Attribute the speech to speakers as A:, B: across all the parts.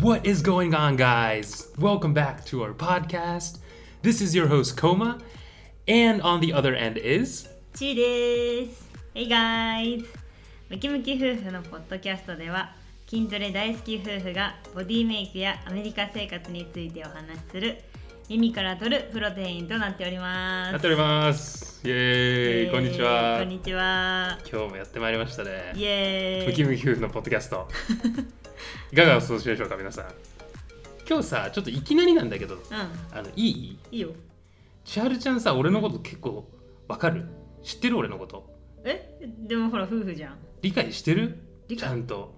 A: What is going on, guys? Welcome back to our podcast. This is your host, Koma, and on the other end is.
B: ちーです。Hey guys! ムキムキ夫婦のポッドキャストでは筋トレ大好き夫婦がボディメイクやアメリカ生活についてお話しする耳から取るプロテインとなっております。
A: やっております。イエーイ、
B: えー
A: こんにちは。
B: こんにちは。
A: 今日もやってまいりました
B: イ
A: ね。
B: エ
A: ムキ
B: ーイ。
A: ムキ夫婦のポッドキャスト。いかがお過ごしでしょうか、皆さん。今日さ、ちょっといきなりなんだけど、
B: うん、
A: あのいい
B: いいよ。
A: 千春ちゃんさ、俺のこと結構わかる知ってる俺のこと。
B: えでもほら夫婦じゃん。
A: 理解してる
B: 理
A: ち
B: 解
A: ゃんと。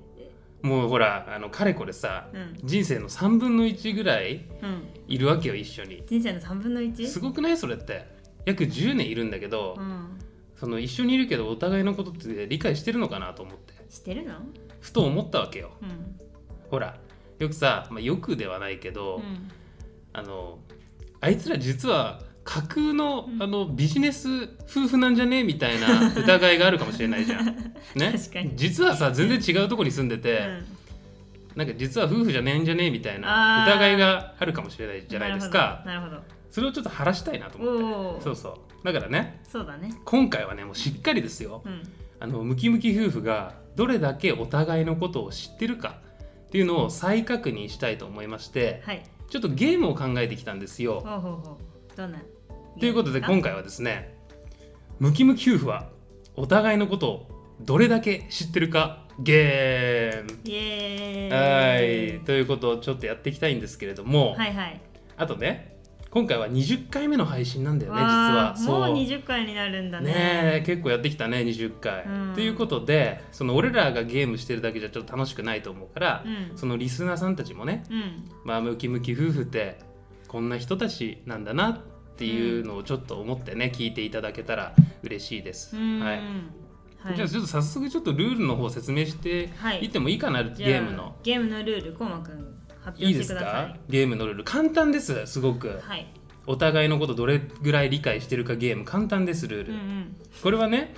A: もうほら、あのかれこれさ、
B: うん
A: 人生の3分の1ぐらい
B: うん。
A: いるわけよ一緒に
B: 人生の3分の 1?
A: すごくないそれって約10年いるんだけど、
B: うん。
A: その一緒にいるけどお互いのことって理解してるのかなと思って
B: してるの
A: ふと思ったわけよ
B: うん。
A: ほらよくさ、まあ、よくではないけど、
B: うん。
A: あのあいつら実は架空の
B: うん
A: あのビジネス夫婦なんじゃねみたいな疑いがあるかもしれないじ ゃん。ね、
B: 確かに
A: 実はさ全然違うとこに住んでて、
B: うん
A: なんか実は夫婦じゃねえんじゃねえみたいな
B: あー
A: 疑いがあるかもしれないじゃないですか
B: なるほど。なる
A: それをちょっと晴らしたいなと
B: ほど
A: 思って
B: おお。
A: そうそうだからね
B: そうだね。
A: 今回はねもうしっかりですよ
B: うん。
A: あのムキムキ夫婦がどれだけお互いのことを知ってるかっていうのを再確認したいと思いまして
B: はい。
A: ちょっとゲームを考えてきたんですよ
B: ほうほうほう。どんな。
A: ということで今
B: 回。
A: 回はですねムキムキ夫婦はお互いのことをどれだけ知ってるかゲーム
B: イエーイ。
A: はいということをちょっとやっていきたいんですけれども、
B: はいはい。
A: あとね今回は20回目の配信なんだよね実
B: わ
A: は
B: あもう
A: ね
B: 二十回になるんだね。
A: え結構やってきたね20回
B: うん
A: ということでその俺らがゲームしてるだけじゃちょっと楽しくないと思うから、
B: うん
A: そのリスナーさんたちもね
B: うん。
A: まあムキムキ夫婦ってこんな人たちなんだなっていうのをちょっと思ってね聞いていただけたら嬉しいです、
B: うん。
A: は
B: はいい。
A: じゃあちょっと早速ちょっとルールの方説明して
B: はい
A: いってもいいかな、
B: じ
A: ゲ
B: ゃあ
A: ームの。
B: ゲームのルール、こうまくん。発
A: いい
B: 表
A: で
B: して
A: す
B: くだ
A: か
B: さ
A: ゲームのルール簡単ですすごく
B: い。はい。
A: お互いのことどれぐらい理解してるかゲーム簡単ですルー
B: う
A: ル、
B: ん
A: これは ね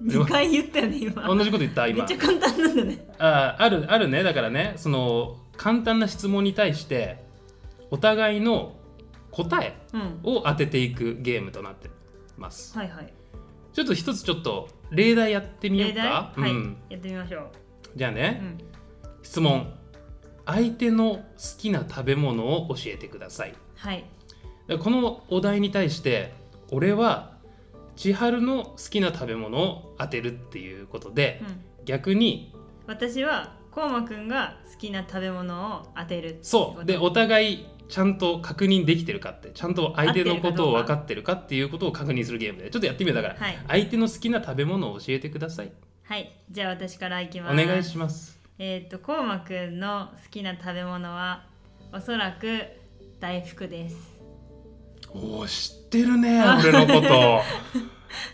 B: うん。二回言ったよね、今。
A: 同じこと言った
B: め
A: 今
B: っちゃ簡単なんだね。
A: ああるあるねだからねその簡単な質問に対してお互いの答え
B: うん。
A: を当てていくゲームとなってます
B: はいはい。
A: ちょっと一つちょっと例題やってみよう
B: 例題
A: か、
B: は
A: うん、
B: い。やってみましょう。
A: じゃあ
B: う
A: ね、
B: ん。
A: 質問相手の好きな食べ物を教えてください
B: はい。
A: でこのお題に対して俺は千春の好きな食べ物を当てるっていうことで
B: う、ん。
A: 逆に
B: 私はこうまくんが好きな食べ物を当てる
A: そうでお互いちゃんと確認できてるかってちゃんと相手のことを
B: 合ってるかどうか
A: 分かってるかっていうことを確認するゲームでちょっとやってみようだから、
B: はい
A: 相手の好きな食べ物を教えてください
B: はいじゃあ私からいきま
A: お
B: す
A: 願いします
B: えっ、とこうまくんの好きな食べ物はおそらく大福です
A: おお知ってるね俺のこと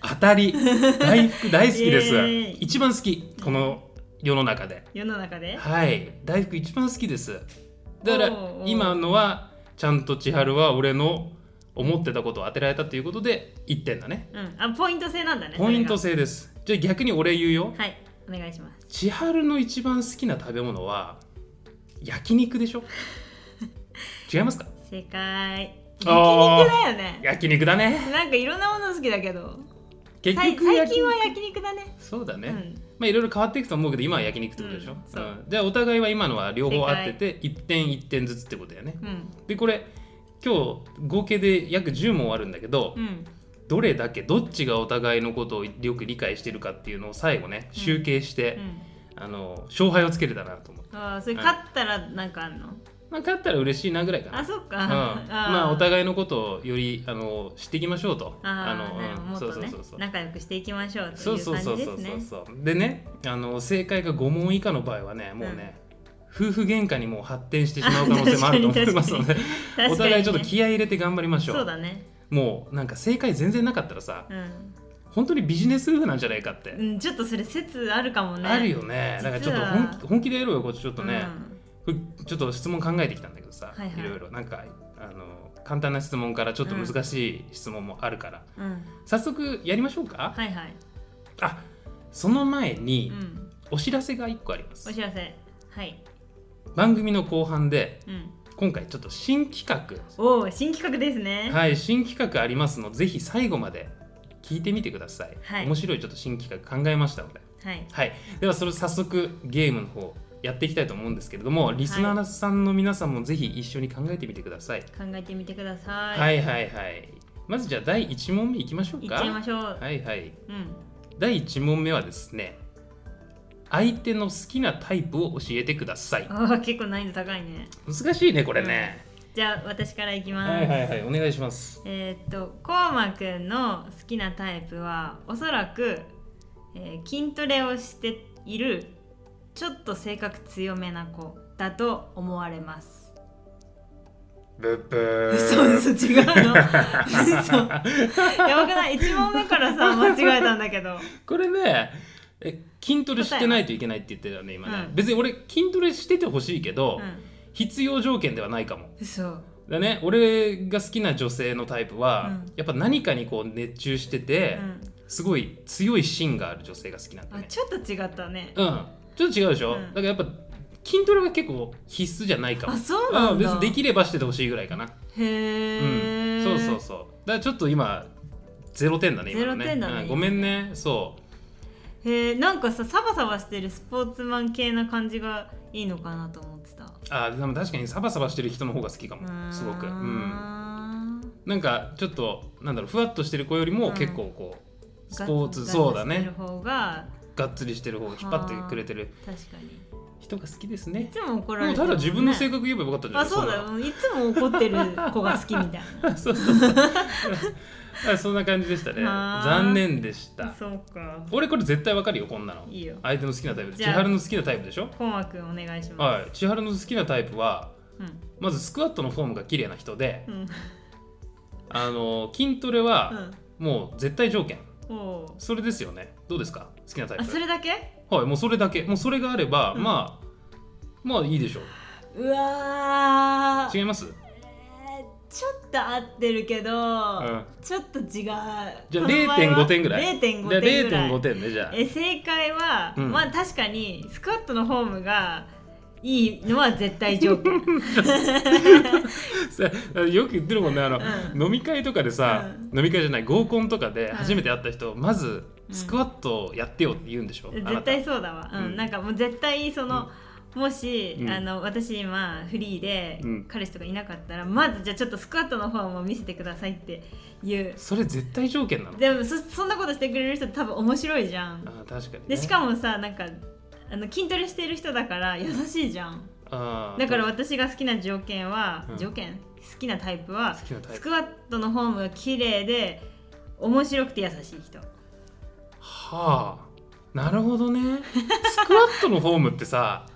A: 当たり大福大好きです
B: イエーイ
A: 一番好きこの世の中で
B: 世の中で
A: はい大福一番好きですだから
B: おうおう
A: 今のはちゃんと千春は俺の思ってたことを当てられたということで1点だね
B: うんあポイント制なんだね
A: ポイント
B: 制
A: 制ですじゃあ逆に俺言うよ
B: はいお願いします
A: 千春の一番好きな食べ物は焼肉でし ょ違いますか
B: 正解焼肉だ
A: あー
B: よね
A: 焼肉だね
B: なんかいろんなもの好きだけど
A: 結
B: さい
A: 局
B: 最
A: 焼
B: 近
A: 肉
B: は焼肉だね
A: そうだね、
B: うん
A: まあいろいろ変わっていくと思うけど今は焼肉ってことでしょ、
B: うんそう
A: うんじゃあお互いは今のは両方合ってて1点1点ずつってことだよね
B: うん
A: でこれ今日合計で約10問あるんだけど、
B: うん
A: どれだけどっちがお互いのことをよく理解してるかっていうのを最後ね集計して、
B: うん
A: あの勝敗をつけれたらなと思う
B: あーそれ勝ったらなんかあんの
A: まあ、勝ったら嬉しいなぐらいかな
B: あそっか、
A: うん、
B: あー
A: まあお互いのことをよりあの知っていきましょうと
B: あ
A: の、
B: の、なるほど
A: うん
B: もっ
A: そう
B: と
A: そう
B: ね
A: そうそう
B: 仲良くしていきましょう
A: そう
B: とい
A: そううそ
B: 感
A: う
B: じ
A: そ
B: で
A: う
B: す
A: そうそ
B: ね。
A: うでねあの正解が5問以下の場合はねもうね、夫婦喧嘩にもう発展してしまう可能性もあると思いますので、
B: 確かにね
A: お互いちょっと気合い入れて頑張りましょう
B: そうだね。
A: もうなんか正解全然なかったらさ
B: うん
A: 本当にビジネス夫婦なんじゃないかって、
B: うん、ちょっとそれ説あるかもね。
A: あるよねだからちょっと
B: 実は
A: 本気本気でやろうよこっちちょっとね、
B: うん
A: ふちょっと質問考えてきたんだけどさ、
B: はい
A: い
B: はい
A: ろいろなんかあの簡単な質問からちょっと難しい質問もあるから、
B: うん、
A: 早速やりましょうか、
B: はいはい。
A: あその前に
B: うん
A: お知らせが1個あります
B: お知らせはい
A: 番組の後半で
B: うん
A: 今回ちょっと新企画
B: おお新企画ですね
A: はい、新企画ありますので、ぜひ最後まで聞いてみてください。
B: はい
A: 面白いちょっと新企画考えましたので。
B: はい
A: はい、ではそれ早速ゲームの方やっていきたいと思うんですけれども、リスナーさんの皆さんもぜひ一緒に考えてみてください。
B: 考えてみてください
A: はいい、はい、はい。まずじゃあ第1問目いきましょう
B: いっ
A: か。
B: ちゃいましょう、
A: はいはい。
B: うん
A: 第1問目はですね、相手の好きなタイプを教えてください。
B: あー結構難易度高いね
A: 難しいね、これね。
B: じゃあ私からいきます、
A: はいはいはい、お願いします。
B: えーっとこうまくんの好きなタイプはおそらく、えー筋トレをしているちょっと性格強めな子だと思われます
A: ブッブー
B: 嘘嘘違 うの嘘やばくない1問目か らさ間違えたんだけど
A: これねえ筋トレしてないといけないって言ってたよね今ね、別に俺筋トレしててほしいけど、
B: うん
A: 必要条件ではないかも
B: 嘘
A: だね俺が好きな女性のタイプは、
B: うん
A: やっぱ何かにこう熱中してて、
B: うん
A: すごい強い芯がある女性が好きなんだ
B: あ
A: ね
B: ちょっと違ったね
A: うんちょっと違うでしょ、
B: うん
A: だからやっぱ筋トレは結構必須じゃないかも
B: あそうなんだ
A: う別にできればしててほしいぐらいかな、
B: へえ、
A: うん、そうそうそうだからちょっと今ゼロ点だね今のね
B: ゼロ点だね
A: うんごめんねそう
B: へえなんかさサバサバしてるスポーツマン系な感じがいいのかなと思ってた
A: あーでも確かにサバサバしてる人の方が好きかもすごく、う
B: うー
A: ん、
B: ん
A: なんかちょっとなんだろうふわっとしてる子よりも
B: うん
A: 結構こう、ス
B: ガ
A: ポー
B: ツ
A: ツ
B: ガツ
A: そうだ
B: してる
A: ね
B: 方が
A: がっつりしてる方が引っ張ってくれてる
B: 確かに
A: 人が好きです
B: い
A: ね
B: つも怒ら
A: も
B: れ
A: う
B: てる
A: ただ自分の性
B: 格
A: 格言えばよかったんじゃな
B: あ
A: い
B: そうだよいつも怒ってる子が好きみたい
A: そんなそうそうそうあ そんな感じでしたね
B: はー
A: 残念でし
B: な
A: た
B: そうか
A: 俺これ絶対わかるよこんなの
B: いいよ
A: 相手の好きなタイプ
B: じ
A: 千
B: ゃあ
A: 春の好きなタイプでしょ
B: コウマくんお願いしま
A: はい千春の好きなタイプは
B: す、うん
A: まずスクワットのフォームが綺麗な人で、
B: うん
A: あの筋トレはもう絶対条件、
B: うんおう
A: それですよねどうですか好きなタイ
B: あ
A: プ
B: それだけ
A: はいもうそれだけもうそれがあれば、
B: うん
A: まあまあいいでしょう
B: うわー
A: 違います、うん、
B: えーちょっと合ってるけど、ちょっと違うじゃあ
A: じゃあ0.5点ぐらい
B: 0.5点ぐ
A: じゃ
B: ら
A: あ
B: い
A: 0.5点ねじゃあ
B: え正解は、
A: うん
B: まあ確かにスクワットのフォームがいいのは絶対条件
A: さよく言ってるもんねあの、
B: うん
A: 飲み会とかでさ、飲み会じゃない合コンとかで
B: うん
A: 初めて会った人、まず
B: うん
A: スクワットをやってよって言うんでしょ、あな
B: 絶
A: た
B: 対そうだわ、うん
A: うん
B: なんかもう絶対その、もし、
A: うん
B: あの私今フリーで
A: うん
B: 彼氏とかいなかったら、まずじゃあちょっとスクワットのフォームを見せてくださいって言う
A: それ絶対条件なの
B: でもそそんなことしてくれる人多分面白いじゃん
A: あ確かに、ね、
B: でしか
A: も
B: もさなんかあの筋トレしてる人だから優しいじゃん
A: あー
B: だから私が好きな条件は、
A: うん
B: 条件好きなタイプは
A: 好きなタイ
B: ス
A: プ
B: クワットのフォームが綺麗で面白くて優しい人
A: はあなるほどねスクワットのフォームって さ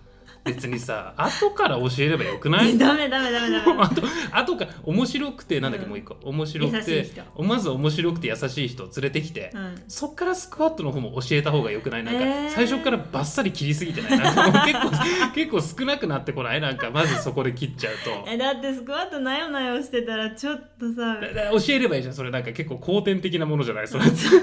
A: 別にさ後から教えればよくない
B: ダメダメダメダメ
A: あとあとか面白くてなんだっけ、
B: うん
A: もう一個面白く
B: 優
A: て
B: しい人
A: おまず面白くて優しい人を連れてきて、
B: うん
A: そっからスクワットの方も教えた方がよくないなんか、
B: えー
A: 最初からバッサリ切りすぎてない なんかもう結構 結構少なくなってこないなんかまずそこで切っちゃうと
B: えだってスクワットなよなよしてたらちょっとさ
A: だだ教えればいいじゃんそれなんか結構後天的なものじゃないそれそう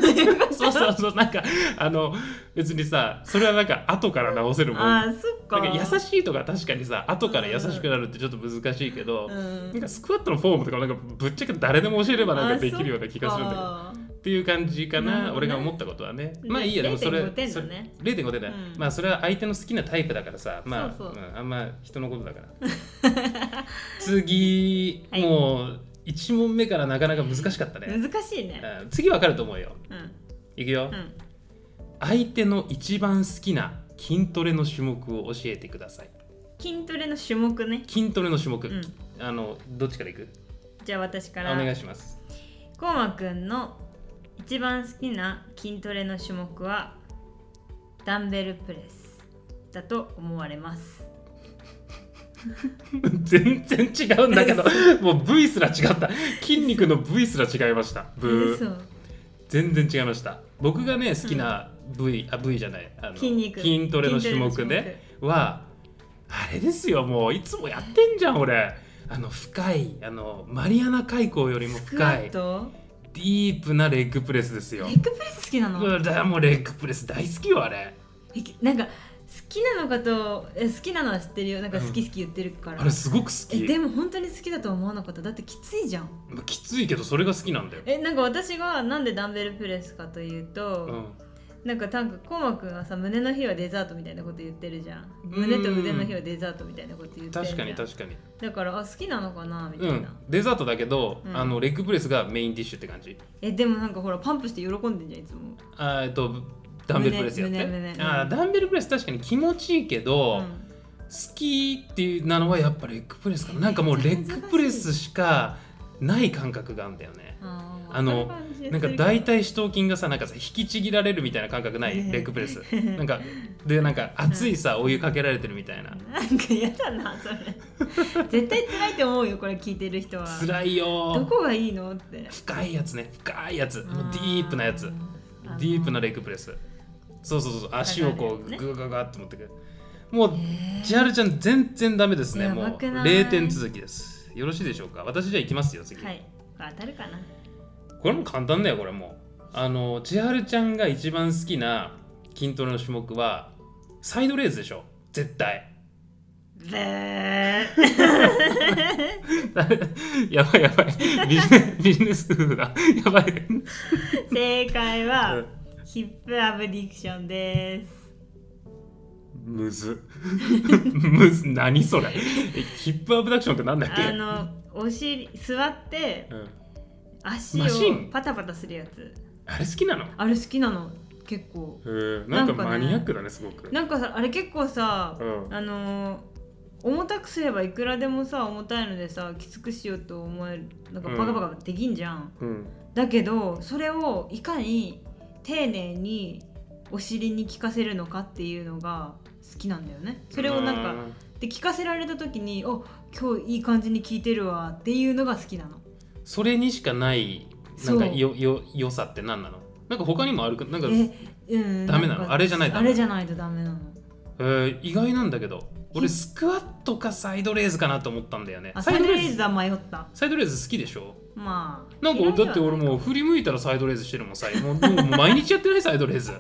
A: そうそうなんかあの別にさそれはなんか後から直せるもん
B: あーそっか
A: なんか優しいとか確かにさ後から優しくなるってちょっと難しいけど、
B: うん
A: なんかスクワットのフォームとかなんかぶっちゃけ誰でも教えればなんかできるような気がするんだけど
B: あそっか
A: っていう感じかな
B: なるほどね
A: 俺が思ったことはねまあいいやでもそれ
B: 0.5点だね
A: それ0.5点だ、
B: うん
A: まあそれは相手の好きなタイプだからさまあ
B: そうそう
A: うんあんま人のことだから 次、
B: はい
A: もう1問目からなかなか難しかったね、
B: 難しいね
A: うん次わかると思うよ
B: うん
A: いくよ、
B: うん
A: 相手の一番好きな筋トレの種目を教えてください
B: 筋トレの種目ね
A: 筋トレの種目、
B: うん
A: あのどっちからいく
B: じゃあ私か
A: お
B: ら
A: 願いします
B: こうまくんの一番好きな筋トレの種目はダンベルプレスだと思われます
A: 全然違うんだけどもう V すら違った筋肉の V すら違いました ブー
B: 嘘
A: 全然違いました僕がね好きな V、あ V じゃないあの
B: 筋肉
A: 筋トレの種目
B: 筋トレの種
A: ねはあれですよもういつもやってんじゃん俺あの深いあのマリアナ海溝よりも
B: スクワ
A: 深
B: ッ
A: い
B: ト
A: ディープなレッグプレスですよ
B: レッグプレス好きなの、
A: うわだもうレッグプレス大好きよあれ
B: えなんか好きなのかとえ好きなのは知ってるよなんか
A: うん
B: 好き好き言ってるから、
A: あれすごく好
B: え
A: き
B: でも本当に好きだとは思わなかっただってきついじゃん
A: まあきついけどそれが好きなんだよ
B: えなんか私がなんでダンベルプレスかというと、
A: うん
B: なんかなんかコウマくんがさ胸の日はデザートみたいなこと言ってるじゃん胸と腕の日はデザートみたいなこと言ってるじ
A: 確
B: ゃん
A: かに確かに
B: だからあ好きなのかなみた
A: う
B: いな、
A: んデザートだけど、
B: うん
A: あのレッグプレスがメインディッシュって感じ
B: えでもなんかほらパンプして喜んでんじゃんいつも
A: あーえっとダンベルプレスやって
B: 胸胸胸
A: あーダンベルプレス確かに気持ちいいけど、
B: うん
A: 好きっていうなのはやっぱレッグプレスかななんかもうレッグプレスしかない感覚があるんだよね
B: あー
A: あの
B: わかる感じ
A: なんか大体四頭筋がさなんかさ引きちぎられるみたいな感覚ない レッグプレスなんかでなんか熱いさお湯かけられてるみたいな
B: なんか嫌だなそれ 絶対辛いと思うよこれ聞いてる人は
A: 辛い
B: ど
A: よ
B: こがいいのって
A: 深いやつね深いやつもうディープなやつデ
B: あの
A: ィープなレッグプレスそうそうそう足をこう
B: 下がるやつね
A: グガガって持ってくるもう千春ちゃん全然ダメですね
B: や
A: もう
B: ばくない
A: 0点続きですよろしいでしょうか私じゃあ行きますよ次、
B: はいこれ当たるかな
A: これも簡単だよこれもうあの千春ちゃんが一番好きな筋トレの種目はサイドレーズでしょ絶対
B: ブー
A: やばいやばいビジネ スビジネスフードだやばい
B: 正解
A: う
B: は
A: ん
B: ヒップアブディクションです
A: むず むず何それえヒップアブダクションってなんだっけ
B: あのお尻座って
A: うん、
B: 足
A: マシ
B: を
A: ン
B: パタパタするやつ
A: あれ好きなのへ
B: あれ好きなの結構
A: えなんか
B: なんかね
A: マニアックだねすごく
B: なんかさあれ結構さ、
A: うん
B: あのー重たくすればいくらでもさ重たいのでさきつくしようと思えるなんか
A: うん
B: バカバカできんじゃん、
A: うん
B: だけどそれをいかに丁寧にお尻に効かせるのかっていうのが好きなんだよねそれをなんかで聞かせられた時に「お今日いい感じに聞いてるわ」っていうのが好きなの
A: それにしかないなんか
B: そう
A: よよ良さって何なのなんか他にもあるかなんか、
B: えうん
A: ダメなの
B: んか
A: あれじゃないとダ
B: あ
A: メ
B: れじゃないとダメなの
A: えー意外なんだけど俺
B: え
A: スクワットかサイドレーズかなと思ったんだよね
B: あサイドレー
A: ズ
B: ズは迷った
A: サイドレーズ好きでしょ
B: まあ
A: なんか
B: 嫌いでは
A: だって俺もう振り向いたらサイドレーズしてるもんさもうもうもう毎日やってないサイドレー ズ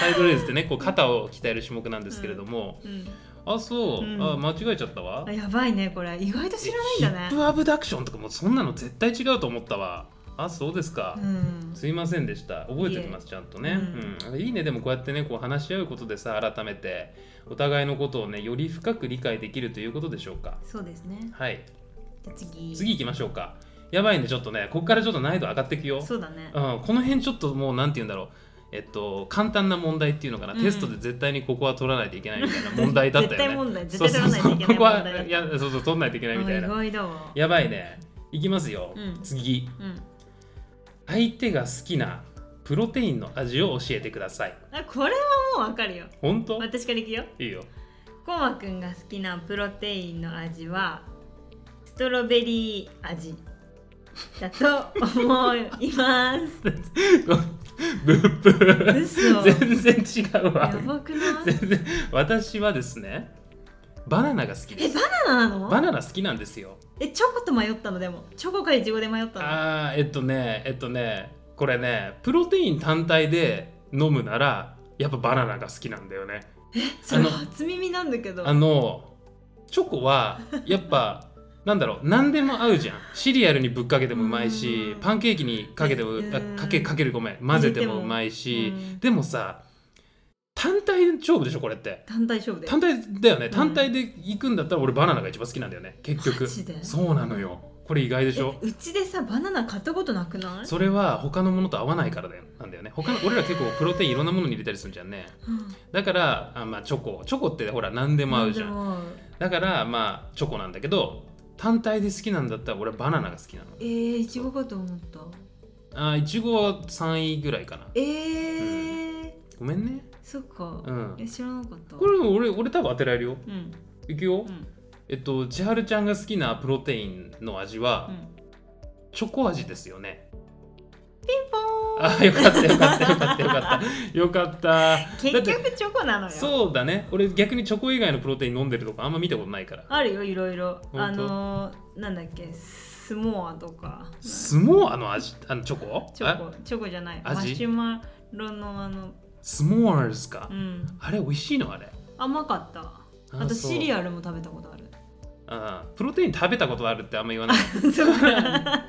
A: サイドレーズってねこう肩を鍛える種目なんですけれども、
B: うん
A: あそう、
B: うん
A: あ間違えちゃったわ
B: あやばいねこれ意外と知らない
A: え
B: んだ
A: ヒ
B: ね
A: ップアブダクションとかもうそんなの絶対違うと思ったわあそうですか、
B: うん
A: すいませんでした覚えておきますちゃんとね、うんいいねでもこうやってねこう話し合うことでさ改めてお互いのことをねより深く理解できるということでしょうか
B: そうですね
A: はい
B: じゃあ次
A: 次行きましょうかやばいねちょっとねここからちょっと難易度上がっていくよ
B: そうだね
A: うん、この辺ちょっともうなんて言うんだろうえっと簡単な問題っていうのかな、
B: うん
A: テストで絶対にここは取らないといけないみたいな問題だったよね
B: 絶対問題絶対取らないといけない
A: そうそうそうここは
B: 問題だった
A: いやそうそう取らないといけないみたい
B: あ
A: な
B: 意外だわ
A: やばいねいきますよ、
B: うん
A: 次
B: うん
A: 相手が好きなプロテインの味を教えてください
B: あこれはもうわかるよ
A: 本当、
B: 私からいくよ
A: いいよ
B: コウマくんが好きなプロテインの味はストロベリー味だと思います
A: ブッブー
B: 嘘
A: 全然違うわ
B: やばくない
A: 全然私はですねバナナが好きで
B: え
A: す
B: バナナな
A: バ
B: の
A: ナナ好きなんですよ
B: えチョコと迷ったのでもチョコかイチゴで迷ったの
A: あーえっとねえっとねこれねプロテイン単体で飲むならやっぱバナナが好きなんだよね
B: それ
A: あの
B: 初耳なんだけど
A: あのチョコはやっぱ なんだろう何でも合うじゃんシリアルにぶっかけてもうまいし
B: うん
A: パンケーキにかけても
B: うん
A: あかけかけるごめん混ぜてもうまいし
B: 入れてもうん
A: でもさ単体勝負でしょこれって
B: 単体勝負で
A: 単体だよね
B: ん
A: 単体で行くんだったら俺バナナが一番好きなんだよね結局
B: マジで
A: そうなのよこれ意外でしょ
B: えうちでさバナナ買ったことなくない
A: それは他のものと合わないからだよなんだよね他の俺ら結構プロテインいろんなものに入れたりするじゃんね
B: うん
A: だからあ、まあ、チョコチョコってほら何でも合うじゃん
B: なんでも合う
A: だからまあチョコなんだけど単体で好きなんだったら俺はバナナが好きなの
B: えー、いちごかと思った
A: あーいちごは3位ぐらいかな
B: えー、
A: ごめんね
B: そっか、
A: うん
B: え知らなかった
A: これ俺俺多分当てられるよ
B: うん
A: いくよ、
B: うん
A: えっと千春ちゃんが好きなプロテインの味は、
B: うん
A: チョコ味ですよね
B: ピンポーン
A: あーよかったよかったよかったよかったよかっただ
B: 結
A: って
B: 局チョコなのよ
A: そうだね俺逆にチョコ以外のプロテイン飲んでるとこあんま見たことないから
B: あるよいろいろ
A: ほんと
B: あのー、なんだっけススモアとか
A: スモアの味あのチョコ
B: チ
A: あ
B: ョコチョコじゃないマ
A: 味
B: シュマロのあの
A: スモアーズか、
B: うん
A: あれ美味しいのあれ
B: 甘かったあとシリアルも食べたことある
A: ア、うん、プロテイン食べたことあるってあんま言わない
B: そうか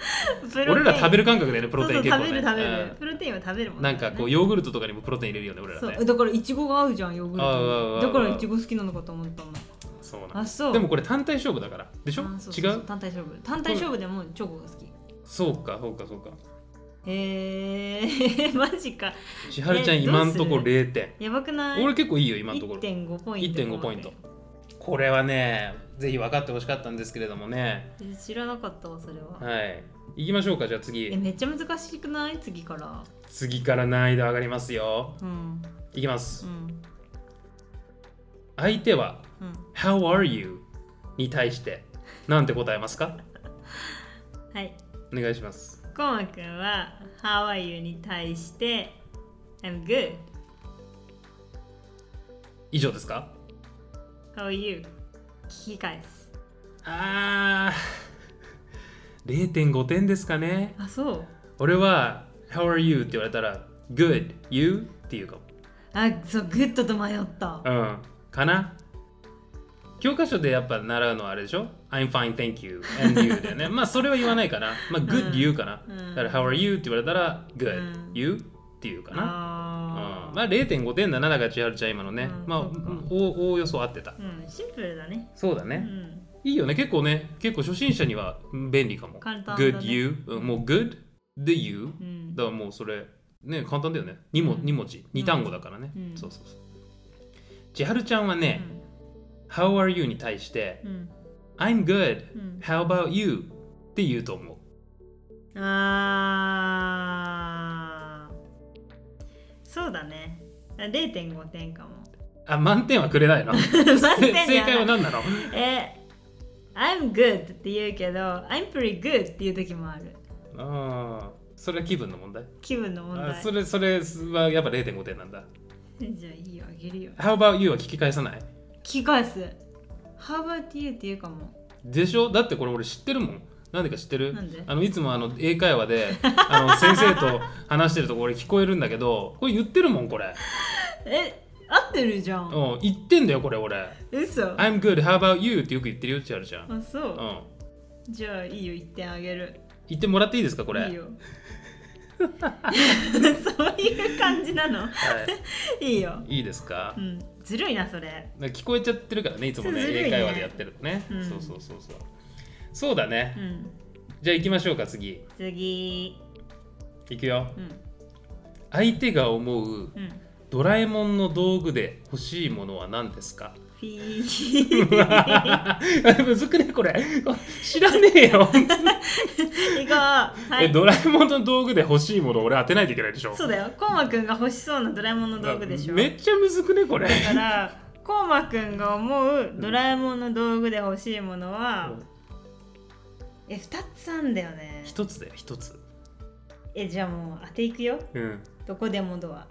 B: プロ
A: 俺ら食べ
B: る
A: る感覚だよねプロテイン結
B: そう
A: 構
B: そう
A: ね
B: 食べる食べる、プロテインは食べるも
A: うんん
B: ね
A: なんかこうヨーグルトとかにもプロテイン入れるよね俺ら
B: そ
A: ね
B: うだからいちごが合うじゃんヨーグル
A: 合う合う合
B: ト
A: う
B: だからいちご好きなのかと思ったの
A: そうなん
B: あそう
A: でもこれ単体勝負だからでしょ
B: あそうそうそう
A: 違う
B: 単体勝負単体勝負でもチョコが好き
A: そうかそうかそうか
B: へえー、 マジか
A: 千春ちゃ
B: え
A: ん
B: どう
A: 今んとこ
B: す
A: 0点
B: やばくない
A: 俺結構いいよ今のところ
B: 1.5ポイント
A: 1.5ポイントこれはねぜひ分かってほしかったんですけれどもね
B: え知らなかったわそれは、
A: はい行きましょうかじゃあ
B: え
A: 次
B: めっちゃ難しくない次から
A: 次から難易度上がりますよ
B: うん
A: いきます
B: うん
A: 相手は
B: うん
A: How are you? に対してなんて答えますか
B: はい
A: お願いします
B: コマくんは「How are you?」に対して「I'm good
A: 以上ですか
B: how are you?」聞き返す
A: あー0.5点ですかね
B: あそう
A: 俺は How are you? って言われたら Good, you? って言うかも
B: あそうグッドと迷った
A: うんかな教科書でやっぱ習うのはあれでしょ ?I'm fine, thank you, and you だよ ね。まあそれは言わないかな。まあ good 言うかな。
B: うん
A: だから How are you? って言われたら
B: うん
A: Good, you? って言うかな。
B: あ
A: うん
B: ー
A: まあ0.5点だな、中千春ちゃん今のね。
B: うん
A: まあ
B: そうか
A: おおおよそ合ってた。
B: うんシンプルだね
A: そうだ
B: う
A: ね。
B: ん
A: いいよね、結構ね、結構初心者には便利かも。
B: 簡単だね
A: good you、うんもう good, the you。
B: うん
A: だからもうそれ、ね、簡単だよね。2, も
B: うん
A: 二文字、2単語だからね。
B: うん
A: そうそうそう。千春ちゃんはね、How are you? に対して、
B: うん
A: I'm good,
B: うん
A: how about you? って言うと思う。
B: うんあーそうだねあ0.5点かも
A: あ、満点はくれないの
B: 満点じゃ
A: 正
B: ない
A: 解は何なの
B: え I'm good って言うけど I'm pretty good っていう時もある
A: ああ、それは気分の問題。
B: 気分の問
A: あ
B: 題
A: それそれはやっぱ0.5点なんだ。
B: じゃあいいよあげるよ
A: How about you? は聞き返さない
B: 聞き返す How about you って言うかも
A: でしょだってこれ俺知ってるもん。なんでか知ってる
B: なんで
A: あのいつもあの英会話であの 先生と話してるとこ俺聞こえるんだけどこれ言ってるもんこれ、
B: え合ってるじゃん
A: うん、言ってんだよこれ俺
B: 嘘あ
A: I'm good how about you ってよく言ってるよってあるじゃん、うん、
B: そうじゃあいいよ1点あげる
A: 言ってもらっていいですかこれ
B: いいよ そういう感じなのいいよ
A: いいですか
B: う、んずるいなそれ
A: なんか聞こえちゃってるからねいつもね
B: そうずるいね
A: 英会話でやってるとね、
B: うん
A: そうそうそうそうそうだね、
B: うん
A: じゃあ行きましょうか次
B: 次
A: 行くよ
B: うん
A: 相手が思う
B: うん
A: ドラえもんの道具で欲しいものは何ですか
B: フィ ー
A: むずくねこれ知らねえよ、
B: 行こうは
A: え
B: い
A: ドラえもんの道具で欲しいもの俺当てないといけないでしょ
B: そうだよコウマくんが欲しそうなドラえもんの道具でしょ
A: めっちゃむずくねこれ
B: だからコウマくんが思うドラえもんの道具で欲しいものは、え2つあんだよね
A: 一つだよ一つ
B: えじゃあもう当ていくよ
A: うん
B: どこでもドア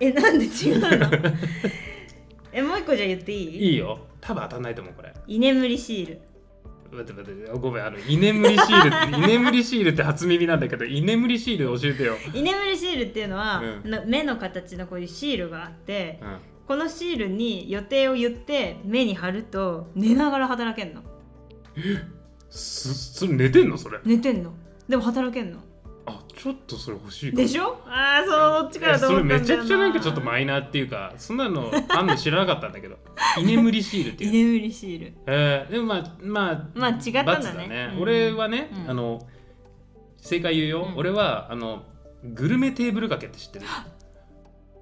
B: えなんで違うの えもう一個じゃあ言っていい
A: いいよ多分当たんないと思うこれ
B: 居眠りシール
A: 待って待ってごめんあの居眠りシール って居眠りシールって初耳なんだけど居眠りシール教えてよ、
B: 居眠りシールっていうのは、
A: うん
B: な目の形のこういうシールがあって、
A: うん、
B: このシールに予定を言って目に貼ると寝ながら働けんの
A: すそれ寝てんのそれ
B: 寝てんのでも働けんの
A: あちょっとそれ欲しいかも
B: でしょああそうどっちから
A: え
B: と
A: そ
B: 思
A: れ
B: ったんだよ
A: めちゃくちゃなんかちょっとマイナーっていうかそんなのあんの知らなかったんだけど居眠りシールって
B: 居
A: いう、
B: 眠りシール
A: えーでもまあまあ
B: まあ違ったんだね
A: 罰
B: うん
A: 俺はね、
B: うん
A: あの正解言うよ、
B: うん
A: 俺はあのグルメテーブル掛けって知ってる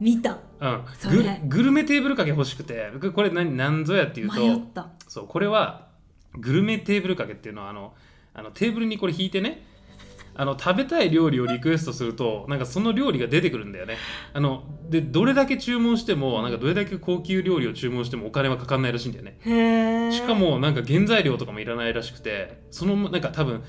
B: 見た
A: うん
B: そ
A: グ
B: れ
A: ルグルメテーブル掛け欲しくて僕これ何何ぞやっていうと
B: 迷った
A: そうこれはグルメテーブル掛けっていうのはあのあのテーブルにこれ引いてねあの食べたい料理をリクエストするとなんかその料理が出てくるんだよねあのでどれだけ注文してもなんかどれだけ高級料理を注文してもお金はかかんないらしいんだよね
B: へえ
A: しかもなんか原材料とかもいらないらしくてそのなんか多分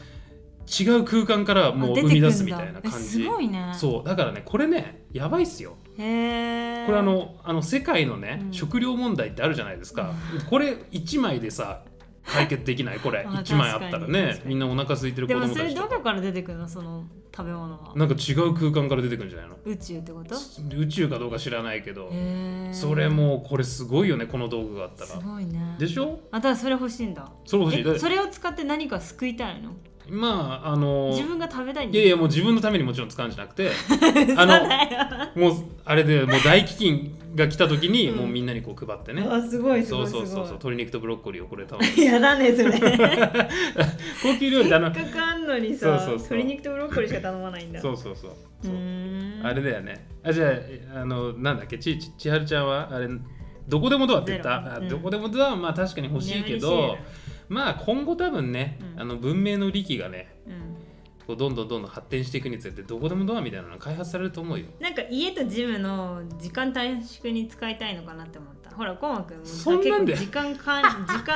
A: 違う空間からもう生み出すみたいな感
B: す
A: じ
B: ごいね
A: そうだからねこれねやばいっすよ
B: うへえ
A: これあのあの世界のね、
B: うん
A: 食料問題ってあるじゃないですか、これ1枚でさ解決できないこれ
B: まあ
A: 1枚あったら
B: 確かに
A: ね
B: 確かに
A: みんなお腹空いてる子
B: でも
A: 供
B: そ
A: た
B: れ
A: ち
B: ど
A: とか
B: こから出てくるのその食べ物は
A: なんか違う空間から出てくるんじゃないの
B: 宇宙ってこと
A: 宇宙かどうか知らないけど、
B: へー
A: それもうこれすごいよねこの道具があった
B: す
A: ら
B: ごいね
A: でしょ
B: あただそれ欲しいんだ
A: それ欲しいだ
B: えそれを使って何か救いたいの
A: まああの
B: 自分が食べたいん
A: い
B: だ
A: やいや もう自分のためにもちろん使うんじゃなくて
B: 嘘
A: あの
B: だよ
A: もうあれでもう大飢饉が来た時に、
B: うん
A: もうみんなにこう配ってね
B: あすごいす
A: そ
B: ご
A: う
B: いす
A: そ
B: ご
A: うそう
B: い
A: そう鶏肉とブロッコリーをこれ頼む
B: やだねそれ
A: 高級料理だな
B: せっかくあんのにさ
A: そうそうそう
B: 鶏肉とブロッコリーしか頼まないんだ
A: そうそうそう
B: う
A: そう
B: ーん
A: あれだよねあじゃああのなんだっけちち千春ちゃんはあれどこでもドアって言っ
B: ゼロ
A: た、あ
B: うん
A: どこでもドアはまあ確かに欲しいけど
B: ね
A: まあ今後多分ね、
B: うん
A: あの文明の利器がね
B: 嬉しいなうん
A: こうどんどんどんどん発展していくにつれてどこでもドアみたいなのが開発されると思うよ
B: なんか家とジムの時間短縮に使いたいのかなって思ったほらコウマくんもさ
A: そんなんで
B: 結構時間 かん時間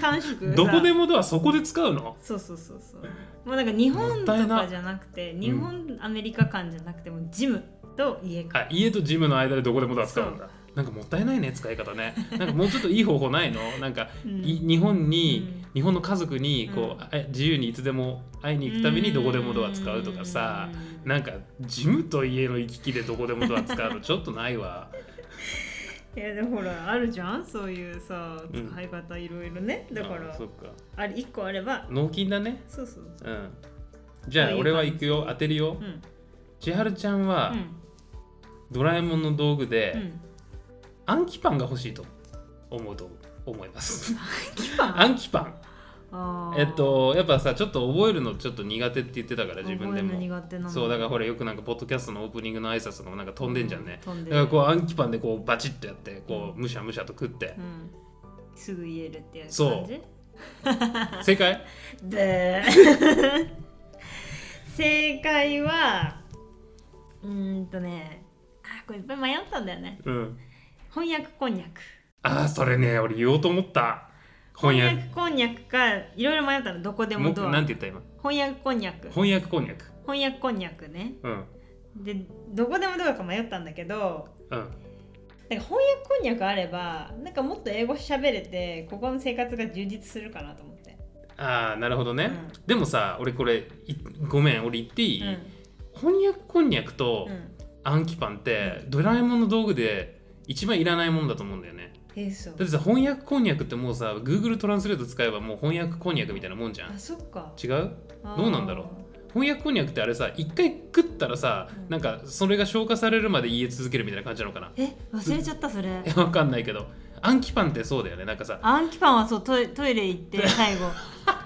B: 短縮さ
A: どこでもドアそこで使うの
B: そうそうそうそうもうなんか日本と
A: もったい
B: か
A: な
B: じゃなくて日本、アメリカ間じゃなくてもうジムと家間
A: あ家とジムの間でどこでもドア使うんだなんかもったいないね使い方ね なんかもうちょっといい方法ないのなんか、
B: うん
A: い日本に、
B: うん
A: 日本の家族にこう、あ自由にいつでも会いに行くためにどこでもドア使うとかさ、
B: うん
A: なんかジムと家の行き来でどこでもドア使うの ちょっとないわ
B: いやでもほらあるじゃんそういうさ
A: うん
B: 使い方いろいろね、だから
A: あそっか
B: あれ1個あれば
A: 納金だね
B: そうそう
A: うんじゃ
B: そう
A: あ
B: いう
A: 俺は行くよ当てるよ、
B: うん
A: 千春ちゃんは、
B: うん
A: ドラえもんの道具で、
B: うん
A: 暗記パンが欲しいと思うと思います
B: キパン
A: 暗記パン
B: あー
A: えっとやっぱさちょっと覚えるのちょっと苦手って言ってたから自分で
B: 覚える
A: も
B: の苦手なの
A: そうだからほらよくなんかポッドキャストのオープニングの挨拶もなんか飛んでんじゃんね、
B: 飛んで
A: だから
B: る
A: こう暗記パンでこうバチッとやってこうむしゃむしゃと食って
B: う、ん、すぐ言えるっていう感じ
A: そう正解
B: で 正解はうーんとねあこれいっぱい迷ったんだよね
A: うん
B: 翻訳こんにゃく
A: ああそれね俺言おうと思った翻
B: 翻
A: 訳
B: 訳こんにゃくかいろいろ迷ったのどこでも
A: も
B: ドア
A: なん
B: 翻
A: て言った今
B: 訳こんにゃく
A: 翻訳こんにゃく
B: 翻訳こんにゃくね
A: うん
B: でどこでもドアか迷ったんだけど
A: うん
B: なんか翻訳こんにゃくあればなんかもっと英語喋れてここの生活が充実するかなと思って、
A: ああなるほど
B: う
A: ね、
B: ん
A: でもさ俺これいごめん俺言っていい、
B: う
A: こんにゃくこんにゃくと
B: んうん、
A: 暗記パンってドラえもんの道具で一番いらないもんだと思うんだよね
B: えーそう
A: だってさ翻訳こんにゃくってもうさ Google トランスレート使えばもう翻訳こんにゃくみたいなもんじゃん
B: あそっか
A: 違うどうなんだろう翻訳こんにゃくってあれさ一回食ったらさ、
B: うん
A: なんかそれが消化されるまで言え続けるみたいな感じなのかな
B: あーえ忘れちゃったそれ
A: えわかんないけど暗記パンってそうだよねなんかさ
B: アンキパンはそうトイトイレ行って最 後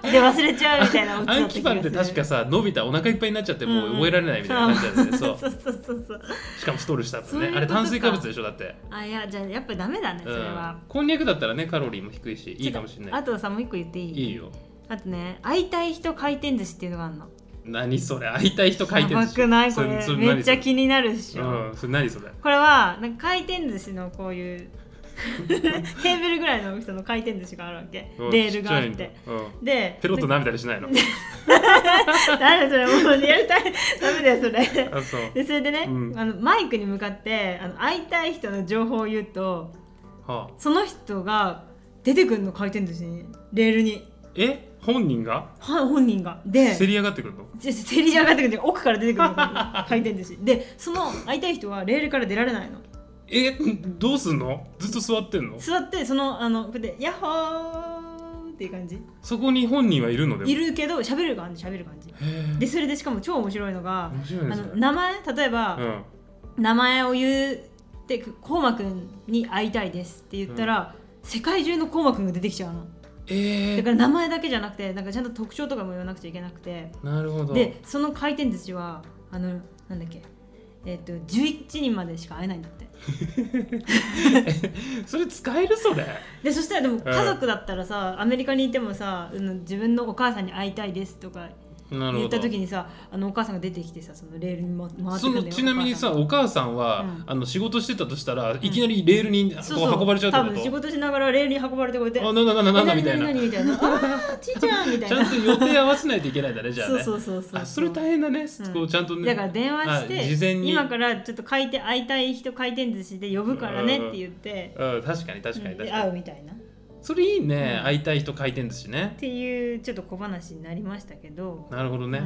B: で忘れちゃうみたいなオチだ
A: 暗
B: った
A: 記
B: 気
A: パン
B: が
A: っ
B: す
A: て
B: る
A: 確かさ伸びたお腹いっぱいになっちゃってもう覚えられないみたいな感じだよね、そう
B: そうそうそうそう
A: しかも太るしたって
B: そういう
A: ね
B: ことか
A: あれ炭水化物でしょだって
B: あいやじゃあやっぱダメだねそれは
A: うん、、こんにゃくだったらねカロリーも低いしいいかもしれ
B: ちょ
A: な
B: っ
A: い
B: とあとさもう一個言っていい
A: いいよ
B: あとね会いたい人回転寿司っていうのがあるの
A: 何それ会いたい人書いて
B: やばくないこれめっちゃ
A: い
B: 気になるっしょ、
A: うんそれ何それ
B: これはなんか回転寿司のこう いうテーブルぐらいの大きさの回転寿司があるわけ
A: うん
B: レールがあっ
A: ちちゃい
B: て
A: んだうん
B: で
A: ペロッと舐めたりしないの
B: 誰それもうリアルタイムダメだよ それ
A: あそう
B: でそれでね、
A: うん
B: あのマイクに向かってあの会いたい人の情報を言うと
A: は
B: その人が出てくるの回転寿司にレールに
A: あえ本人が
B: は本人がで
A: せり上がってくるの
B: ちょちょ競り上がってくる奥から出てくるの回転寿司でその会いたい人はレールから出られないの
A: えどうすんのずっと座ってんの
B: 座ってそのあのこうやって「ヤッホー!」っていう感じ
A: そこに本人はいるのでも
B: いるけど喋る感じ喋る感じ
A: へー
B: でそれでしかも超面白いのが
A: 面白
B: あ
A: いです
B: の
A: ね
B: 名前例えば、
A: うん
B: 名前を言って「こうまくんに会いたいです」って言ったら、世界中のこうまくんが出てきちゃうの
A: え
B: だか
A: ー
B: ら名前だけじゃなくてなんかちゃんと特徴とかも言わなくちゃいけなくて
A: なるほど
B: でその回転寿司はあのなんだっけえっ、と11人までしか会えないんだって
A: それ使えるそれ
B: でそしたらでも家族だったらさ、アメリカにいてもさあの自分のお母さんに会いたいですとか
A: なる
B: 言
A: ほ
B: った
A: ど
B: 時にさあのお母さんが出てきてさそのレールにも回って
A: そ
B: くる
A: の
B: んだよ
A: ちなみにさ
B: お
A: お母さんは、
B: うん
A: あの仕事してたとしたらいきなりレールにこ
B: 母
A: う
B: さんそうそう
A: 運ばれちゃう
B: 多
A: って
B: 分
A: こ
B: 仕事しながらレールに運ばれてこうやって
A: とあなんだなんだなんだ
B: え
A: みたいな
B: 何々みたいな。あーちいちゃんみたい
A: ちゃ
B: な。
A: んと予定合わせないといけないんだねじゃあ
B: そう
A: ね
B: そうそうそう。
A: あそれ大変だね、
B: うん
A: こうちゃんとね
B: だから電話して、
A: あ事前に
B: 今からちょっと回転会いたい人回転寿司で呼ぶからねって言って、
A: うん確かに確かに
B: うん
A: 確
B: で
A: か
B: 会う
A: に、
B: みたいな。
A: それいいね、
B: うん
A: 会いたい人回転寿司ね
B: ていうちょっと小話になりましたけど、
A: なるほど
B: う
A: ね、
B: ん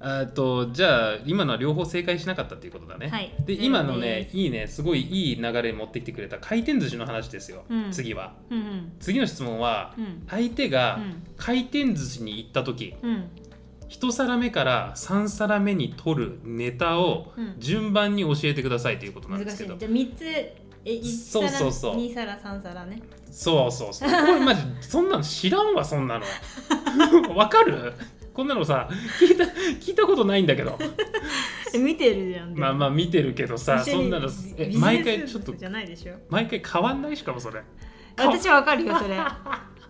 A: あーっとじゃあ今のは両方正解しなかったっていうことだね、
B: はい
A: で
B: そう
A: 今のね
B: です
A: いいねすごいいい流れに持ってきてくれた回転寿司の話ですよ、
B: うん
A: 次は
B: うんうん
A: 次の質問は、
B: うん
A: 相手
B: う
A: が
B: ん
A: 回転寿司に行った時
B: うん
A: 1皿目から3皿目に取るネタを
B: うん
A: 順番に教えてくださいということなんで
B: 難
A: す
B: し
A: けど、
B: いねじゃあ3つえ1
A: そう
B: 皿
A: そうそう
B: 2皿3皿ね
A: そうそうそうこれマジそんなの知らんわそんなの わかるこんなのさ聞いた聞いたことないんだけど
B: え見てるじゃんでも
A: まあまあ見てるけどさ
B: 一
A: そ
B: 緒に
A: んなの
B: ビ
A: え
B: ビジネス
A: 毎回ちょっと
B: じゃないでしょ
A: 毎回変わんないしかもそれ変わ
B: 私わかるよ それ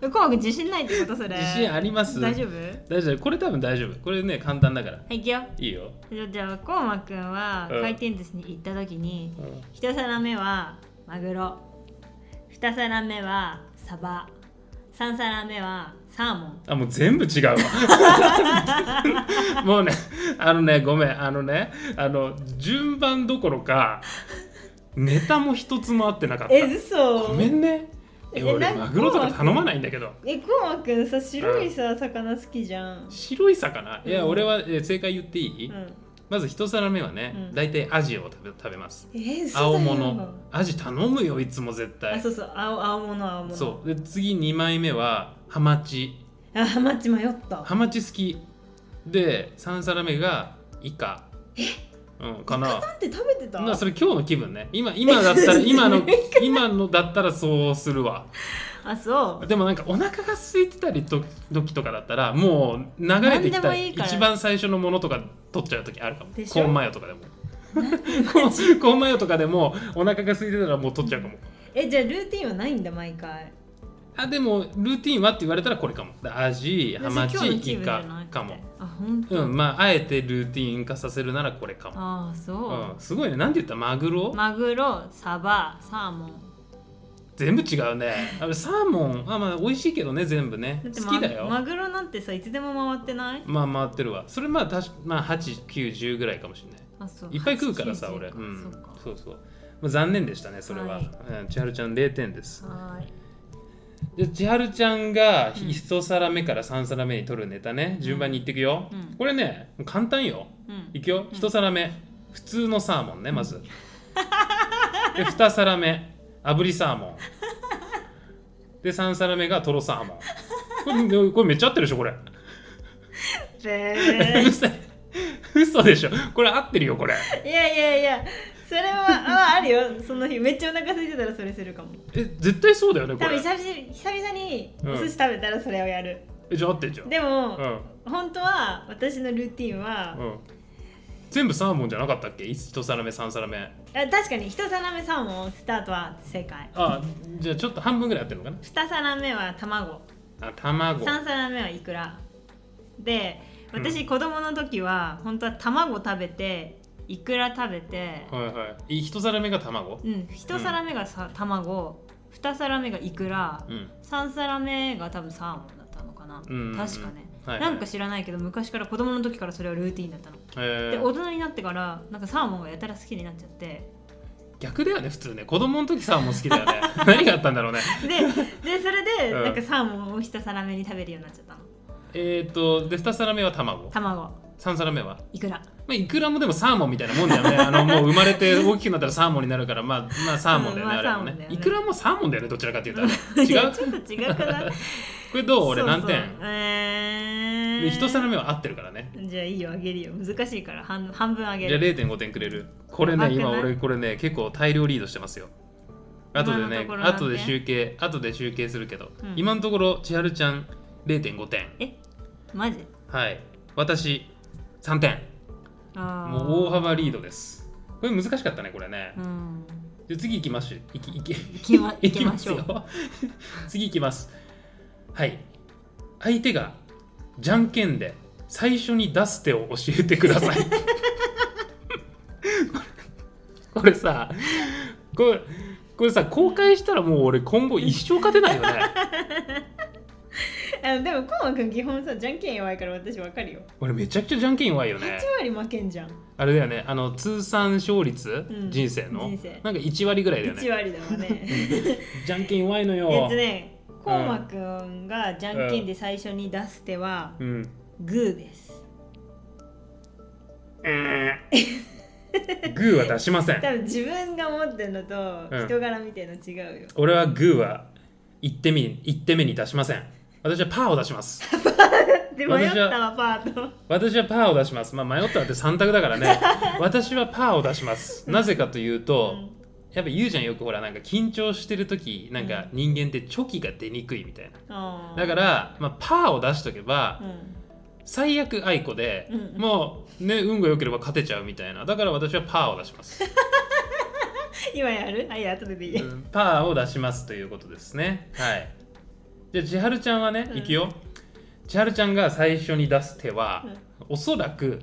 B: 紅白自信ないってことそれ
A: 自信あります
B: 大丈夫
A: 大丈夫これ多分大丈夫これね簡単だから
B: はい行くよ
A: いいよ、
B: じゃあこうまくんは
A: うん
B: 回転寿司に行った時に
A: うん
B: 一皿目はマグロ二皿目はサバ三皿目はサーモン
A: あもう全部違うわ もうねあのねごめんあのねあの順番どころかネタも一つも合ってなかっ
B: え
A: た
B: 嘘
A: ごめんねえ
B: え
A: 俺
B: なんか
A: マグロとか頼まないんだけど
B: えこうまくんさ白いさ魚好きじゃん
A: 白い魚いや、
B: うん
A: 俺はえ正解言っていい、
B: うん
A: まず一皿目はね、
B: うん
A: 大体アジを食べ食べます
B: え嘘だよ
A: 青物アジ頼むよいつも絶
B: あ
A: 対
B: そうそう青青物青物
A: そうで次2枚目はハマチ
B: あハマチ迷った
A: ハマチ好きで3皿目がイカうん、かな
B: なんて食べてた
A: まあそれ今日の気分ね今今だ ったら今の今のだったらそうするわ
B: あそう
A: でもなんかお腹が空いてたりと時とかだったらもう流れてき
B: 何でも
A: た
B: いいから
A: 一番最初のものとか取っちゃう時あるかもコ
B: でしょ
A: ーンマヨと かでもコーンコーンマヨとかでもお腹が空いてたらもう取っちゃうかも
B: えじゃあルーティンはないんだ毎回
A: あでもルーティンはって言われたらこれかも味ハマ
B: 別に今日の
A: チ
B: 気
A: イ
B: 分じゃな
A: カ
B: くて
A: かも
B: あ本当、
A: うんまああえてルーティン化させるならこれかも
B: あそう、
A: うん、すごいね。なんて言ったマグロ、
B: マグロサバサーモン
A: 全部違うね。あれサーモン、あまあ美味しいけどね、全部ね。
B: だって
A: 好きだよ。
B: ママグロなんてさいつでも回ってない
A: まあ回ってるわ。それまあたし、まあ、8、9、10ぐらいかもしれない。
B: あそう
A: いっぱい食うからさ、
B: 八九十
A: 俺。うん
B: そうか、
A: そうそう。まあ、残念でしたね、それは。
B: はい
A: うん、千春ちゃん0点です。
B: はー
A: で
B: い
A: 千春ちゃんが
B: うん
A: 1皿目から3皿目に取るネタね、順番にいってくよ。
B: うん
A: これね、もう簡単よ。
B: うん
A: いくよ、一皿目普通のサーモンねまずで2皿目炙りサー モンで3皿目がとろサーモンこれこれめっちゃ合ってるでしょこれ
B: で
A: 嘘嘘でしょこれ合ってるよこれ
B: いやいやいやそれはああるよその日めっちゃお腹空いてたらそれするかも
A: え絶対そうだよねこ
B: 多分
A: れ
B: 久々に久々に
A: うん
B: お寿司食べたらそれをやる、
A: えじゃあ合ってんじゃん
B: でも、
A: うん
B: 本当は私のルーティンは、
A: うん全部サーモンじゃなかったっけ1皿目3皿目あ
B: あ確かに一皿目サーモンスタートは正解
A: じゃあちょっと半分ぐらい合ってるのかな
B: 二皿目は卵
A: あ卵
B: 三皿目はいくらで
A: うん
B: 私子供の時は本当は卵食べていくら食べて、
A: はいはい1皿目が卵
B: うん一皿目がさ卵二皿目がいくら
A: うん
B: 三皿目が多分サーモンだったのかな、
A: うん
B: 確かね、
A: はいはい
B: なんか知らないけど昔から子供の時からそれはルーティンだったの、
A: え
B: で
A: ー
B: 大人になってからなんかサーモンがやたら好きになっちゃって
A: 逆だよね普通ね子供の時サーモン好きだよね 何があったんだろうね
B: ででそれで
A: うん
B: なんかサーモンを一皿目に食べるようになっちゃったの
A: えっ、ー、とで2皿目は卵
B: 卵
A: 3皿目は、ま
B: いく
A: あ、
B: ら
A: いくらもでもサーモンみたいなもんだよね あのもう生まれて大きくなったらサーモンになるからまあまあサーモンだよね、
B: うんまあ
A: あ、れも
B: サーモンだ
A: ね
B: よね
A: いくらもサーモンだよねどちらかというと、ね、
B: い
A: 違
B: や
A: う
B: ちょっと違くない
A: これどう俺
B: そうそう
A: 何点
B: え
A: で
B: ー、
A: 1皿目は合ってるからね
B: じゃあいいよあげるよ難しいから半半分あげ
A: じゃあ
B: る
A: 0.5点くれるこれ
B: や
A: ね
B: ばくない
A: 今俺これね結構大量リードしてますよ後でね
B: 今のところ何点
A: 後で集計後で集計するけど、
B: うん
A: 今のところ千春ちゃん0.5点
B: マジ
A: はい私3点
B: あー
A: もう大幅リードです。これ難しかったね、これね。
B: うん
A: じゃあ次行きましょう。行き行き
B: 行きま
A: 行
B: 行きましょう
A: ますよ 次行きます。はい。相手がじゃんけんで最初に出す手を教えてください。 これこれさ、これこれさ、公開したらもう俺今後一生勝てないよね。
B: あのでもコウマくん基本さじゃんけん弱いから私わかるよ
A: 俺めちゃくちゃじゃんけん弱いよね。
B: 8割負けんじゃん、
A: あれだよね、あの通算勝率、
B: うん
A: 人生の
B: 人生
A: なんか1割ぐらいだよね
B: 1。割だわね
A: じゃんけん弱いの
B: え
A: よ
B: っと。ねコウマくんがじゃんけんで最初に出す手は
A: うん。
B: グーです
A: えーグーは出しません
B: 多。分自分が思ってるのと
A: うん
B: 人柄みたいの違うよ、
A: 俺はグーは1手目に一手目に出しません。私はパーを出します。
B: で迷ったわパート、
A: 私はパーを出します。まあ、迷ったって3択だから ね。私はパーを出します。なぜかというと、やっぱ言うじゃんよくほらなんか緊張してる時なんか人間ってチョキが出にくいみたいな。だからら、まあ、パーを出しとけば
B: うん
A: 最悪あいこで、
B: うんうん
A: もうね運が良ければ勝てちゃうみたいなだから私はパーを出します、
B: 今やるあいや後ででいい、
A: うんパーを出しますということですねはいじゃあ千春ちゃんはね
B: うん
A: いくよ、千春ちゃんが最初に出す手は、
B: うん
A: おそらく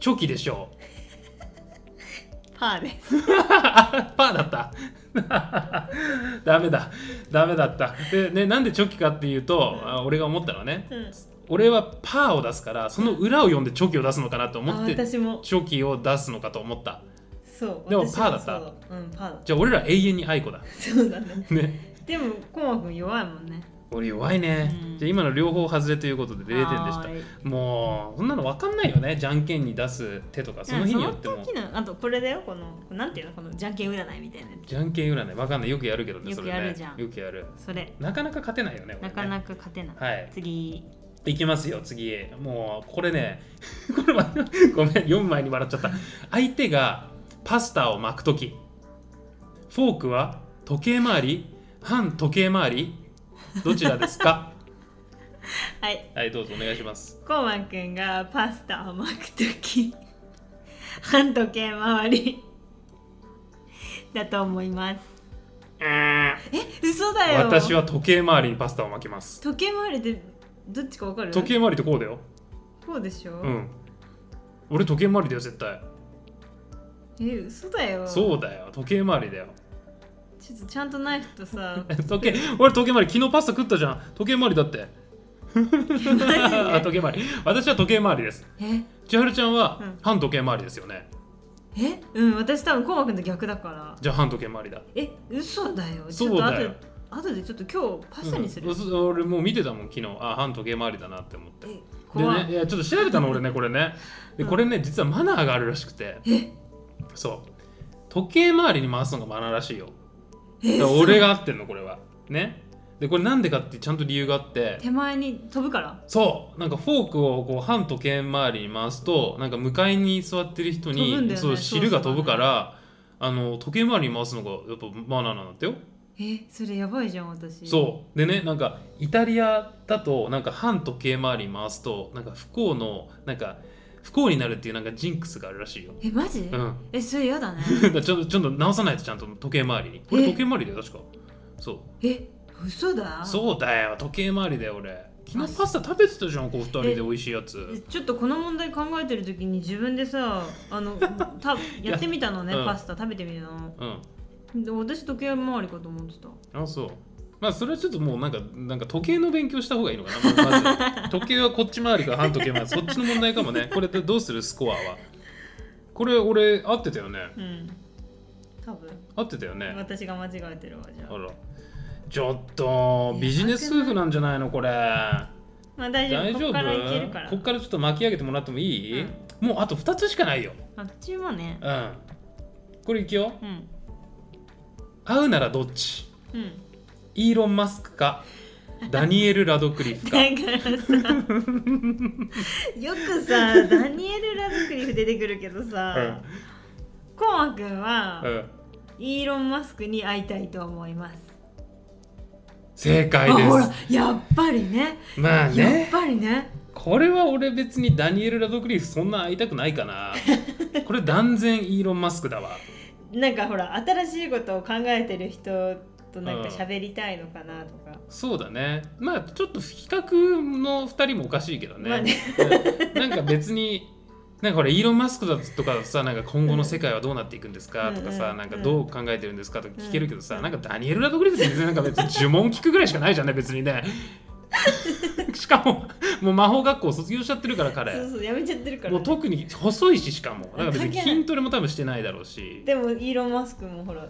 A: チョキでしょう
B: パーです
A: あパーだった ダメだダメだったで、ね、なんでチョキかっていうと、あ俺が思ったのはね、
B: うん
A: 俺はパーを出すからその裏を読んでチョキを出すのかなと思
B: あ
A: って
B: 私も
A: チョキを出すのかと思った
B: そう
A: でも
B: 私
A: パーだった
B: そううんパーだった
A: じゃあ俺ら永遠に愛子だ
B: そうだね
A: ね
B: でもコウマくん弱いもんね
A: 俺弱いね、
B: うん
A: じゃあ今の両方外れということで0点でした
B: はーい
A: もうそんなの分かんないよねじゃんけんに出す手とかその日によって
B: う
A: も
B: んその時のあとこれだよこのなんていうのこのじゃんけん占いみたいなや
A: じゃんけん占い分かんないよくやるけどね
B: よ
A: そ
B: く
A: れ
B: やる
A: ね
B: じゃん
A: よくやる
B: つそれ
A: なかなか勝てないよね
B: な
A: こ
B: か
A: れね
B: なか勝てない、
A: はい
B: 次
A: いきますよ次もうこれね これはごめん4枚に笑っちゃった相手がパスタを巻く時フォークは時計回り反時計回りどちらです か
B: はい
A: はいどうぞお願いします
B: コウマくんがパスタを巻くとき 半時計回りだと思いますえ嘘だよ
A: 私は時計回りにパスタを巻きます
B: 時計回りってどっちかわかる
A: 時計回りってこうだよ
B: こうでしょ、
A: うん俺時計回りだよ絶対
B: え嘘だよ
A: そうだよ時計回りだよ
B: ちょっとちゃんとナイフ とさ
A: 時計俺時計回り昨日パスタ食ったじゃん時計回りだって あ時計回り私は時計回りです
B: え
A: 千春ちゃんは
B: うん
A: 反時計回りですよね、
B: えうん私多分コウマくんと逆だから
A: じゃあ反時計回りだ
B: え嘘だよち
A: そ
B: ょ
A: う
B: っと
A: だ
B: 後で
A: よ
B: 後でちょっと今日パスタにする、
A: うんそう俺もう見てたもん昨日あ反時計回りだなって思って
B: え
A: で
B: 怖い、
A: ねいやちょっと調べたの俺ねこれねで
B: うん
A: これね実はマナーがあるらしくて
B: え
A: そう時計回りに回すのがマナーらしいよ
B: え
A: だから俺が合ってんのこれはねでこれなんでかってちゃんと理由があって
B: 手前に飛ぶから
A: そうなんかフォークをこう反時計回りに回すとなんか向かいに座ってる人
B: 飛ぶん
A: に、
B: だよね
A: そう
B: そうそう
A: 汁が飛ぶからあの時計回りに回すのがやっぱマナーなんだってよ
B: えそれやばいじゃん私
A: そうでねなんかイタリアだとなんか反時計回りに回すとなんか不幸のなんか不幸になるっていうなんかジンクスがあるらしいよ、
B: えマジ、
A: うん、
B: えそれやだね
A: だからちょっとちょっと直さないとちゃんと時計回りにこれ時計回りだよ確かそう
B: え嘘だ
A: そうだよ時計回りだよ俺昨日パスタ食べてたじゃんこう二人で美味しいや
B: え
A: つ
B: ちょっとこの問題考えてる時に自分でさあの たやってみたのね、
A: うん
B: パスタ食べてみたの
A: うん
B: で私時計回りかと思ってた
A: あそうまあそれはちょっともうなんかなんか時計の勉強した方がいいのかな、まあまず時計はこっち回りか半時計回りそっちの問題かもねこれってどうするスコアはこれ俺合ってたよね
B: うん多分
A: 合ってたよね
B: 私が間違えてるわじゃ
A: あ
B: あ
A: らちょっとビジネス夫婦なんじゃないのこれ
B: まあ大丈夫
A: 大丈夫
B: こっからいけるから
A: こっからちょっと巻き上げてもらってもいい、
B: うん
A: もうあと2つしかないよ
B: あっちもね
A: うんこれいくよ
B: うん
A: 会うならどっち
B: うん
A: イーロン・マスクかダニエル・ラドクリフ
B: だ
A: か
B: からさ よくさダニエル・ラドクリフ出てくるけどさ、コウマくんは、
A: うん
B: イーロン・マスクに会いたいと思います
A: 正
B: あ
A: 解で
B: ほら
A: す
B: やっぱりね
A: まあ
B: やっ
A: ね
B: ぱりね
A: これは俺別にダニエル・ラドクリフそんな会いたくないか なこれ断然イーロン・マスクだわ
B: なんかほら新しいことを考えてる人となんか喋りたいのかなとか、
A: そうだねまあちょっと比較の2人もおかしいけどね,、
B: まあね
A: なんか別になんかほらイーロン・マスクだとかさなんか今後の世界はどうなっていくんですかとか
B: うんうん
A: さ、
B: うん
A: なんかどう考えてるんですかとか聞けるけどさ、
B: うん
A: なんかダニエル・ラドクリフって別になんか別に呪文聞くぐらいしかないじゃんね別に ねしかももう魔法学校卒業しちゃってるから彼
B: そうそうやめちゃってるから、
A: もう特に細いししかもだから別
B: 関
A: に
B: 係ない
A: 筋トレも多分してないだろうし
B: でもイーロン・マスクもほら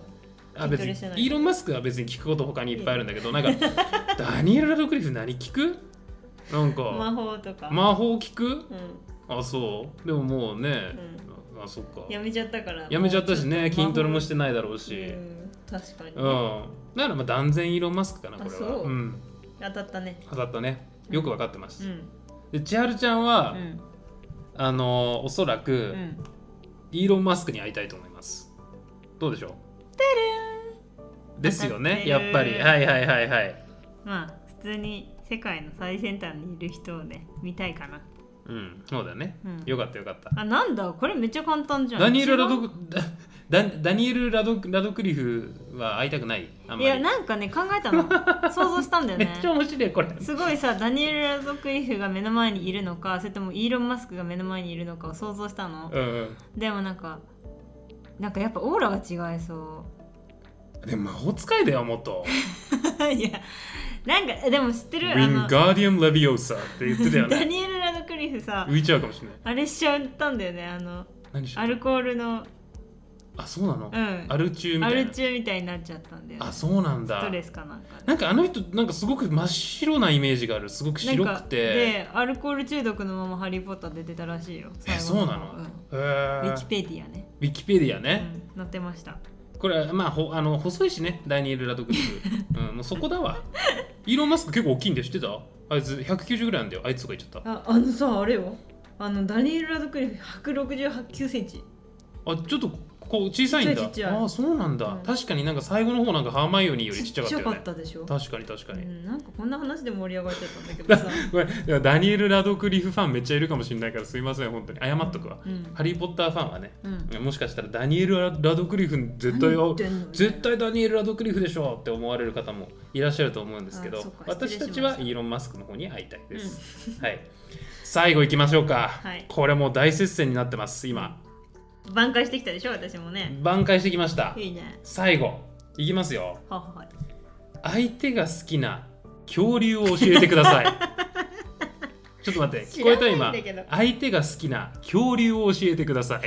A: あ別に
B: 筋トレしてない
A: イーロン・マスクは別に聞くこと他にいっぱいあるんだけど なんかダニエル・ラドクリフ何聞くなん
B: 魔
A: か
B: 法とか、
A: 魔法聞く
B: うん、
A: あそうでももうね、あそっか
B: やめちゃったから
A: やめちゃったしね筋トレもしててないだろう
B: う
A: し
B: ん、確かに、
A: うん、ならまあ断然イーロン・マスクかなこれ
B: あ
A: は
B: そう
A: うん
B: 当たったね
A: 当たったねよく分かってま
B: う
A: す、
B: ん
A: で千春ちゃんは、
B: うん
A: あのーおそらく、
B: うん
A: イーロン・マスクに会いたいと思いますどうでしょうですよね
B: 当
A: や
B: たってる
A: っぱりはいはいはいはい
B: まあ普通に世界の最先端にいる人をね見たいかな
A: うんそうだね、
B: うん
A: よかったよかった
B: あなんだこれめっちゃ簡単じゃん
A: ダニエル・ラ
B: 一
A: ドクダダニエルラドラドクリフは会いたくないあん
B: 番
A: まり
B: いやなんかね考え たの想像したんだよ
A: め
B: ね
A: っちゃ面白いこれ
B: すごいさダニエル・ラドクリフが目の前にいるのかそれともイーロン・マスクが目の前にいるのかを想像したの
A: うんうん
B: でもなんかなんかやっぱオーラが違いそ
A: でも魔法使いだよもっと
B: ういやなんかでも知って
A: ウ
B: る
A: ィ
B: あ
A: ン
B: の
A: ガーディアム・レビオーサって言ってたよ
B: ダ
A: ね
B: ニエル・ラドクリフさ
A: 浮いちゃうかもしれない
B: あれしちゃったんだよねあの
A: 何し
B: アルコールの
A: あそうなの、
B: うん
A: アル中みた
B: ア
A: いな
B: ル中みたいになっちゃったんだよね
A: あそうなん
B: ス
A: だ
B: トレスかなんかで
A: なんかあの人なんかすごく真っ白なイメージがあるすごく白
B: なん
A: く
B: か
A: て
B: でアルコール中毒のまま「ハリー・ポッター」出てたらしいよ
A: え
B: 最後
A: そうな
B: 方
A: の、
B: うん
A: へ
B: ウ
A: え
B: ィキペディアね、
A: ウィキペディア
B: う
A: ね、
B: ん、載ってました
A: これはまあほあの細いしねダニエル・ラドク リフ、うん、もうそこだわイーロン・マスク結構大きいんで知ってたあいつ190ぐらいなんだよあいつとか言っちゃった
B: ああのさあれよあのダニエル・ラドクリフ168 9センチ
A: あちょっとここ小さいんだ
B: ちっちゃいちっちゃい
A: あそうなんだ、
B: うん
A: 確かになんか最後の方なんかハーマイオニーよりちっちゃかったよね
B: でしょ、
A: 確かに確か
B: う
A: に、
B: ん、なんかこんな話で盛り上がっちゃったんだけ どさ
A: これいやダニエル・ラドクリフファンめっちゃいるかもしれないからすいません本当に謝っとくわ、
B: うん
A: ハリー・ポッターファンはね
B: うん
A: もしかしたらダニエル・ラドクリフ絶対
B: 何言ってんの
A: 絶対ダニエル・ラドクリフでしょって思われる方もいらっしゃると思うんですけ
B: あ
A: ど
B: そうか
A: 私たち
B: 失礼しま
A: は
B: した
A: イーロン・マスクの方に会いたいです、はい最後いきましょうか、
B: はい
A: これもう大接戦になってます今
B: 挽回してきたでしょ私もね
A: 挽回してきました
B: いいね
A: 最後いきますよ
B: はははい
A: 相手が好きな恐竜を教えてくださ いちょっと待って聞こえた
B: 知ら
A: 今
B: ないんだけど
A: 相手が好きな恐竜を教えてください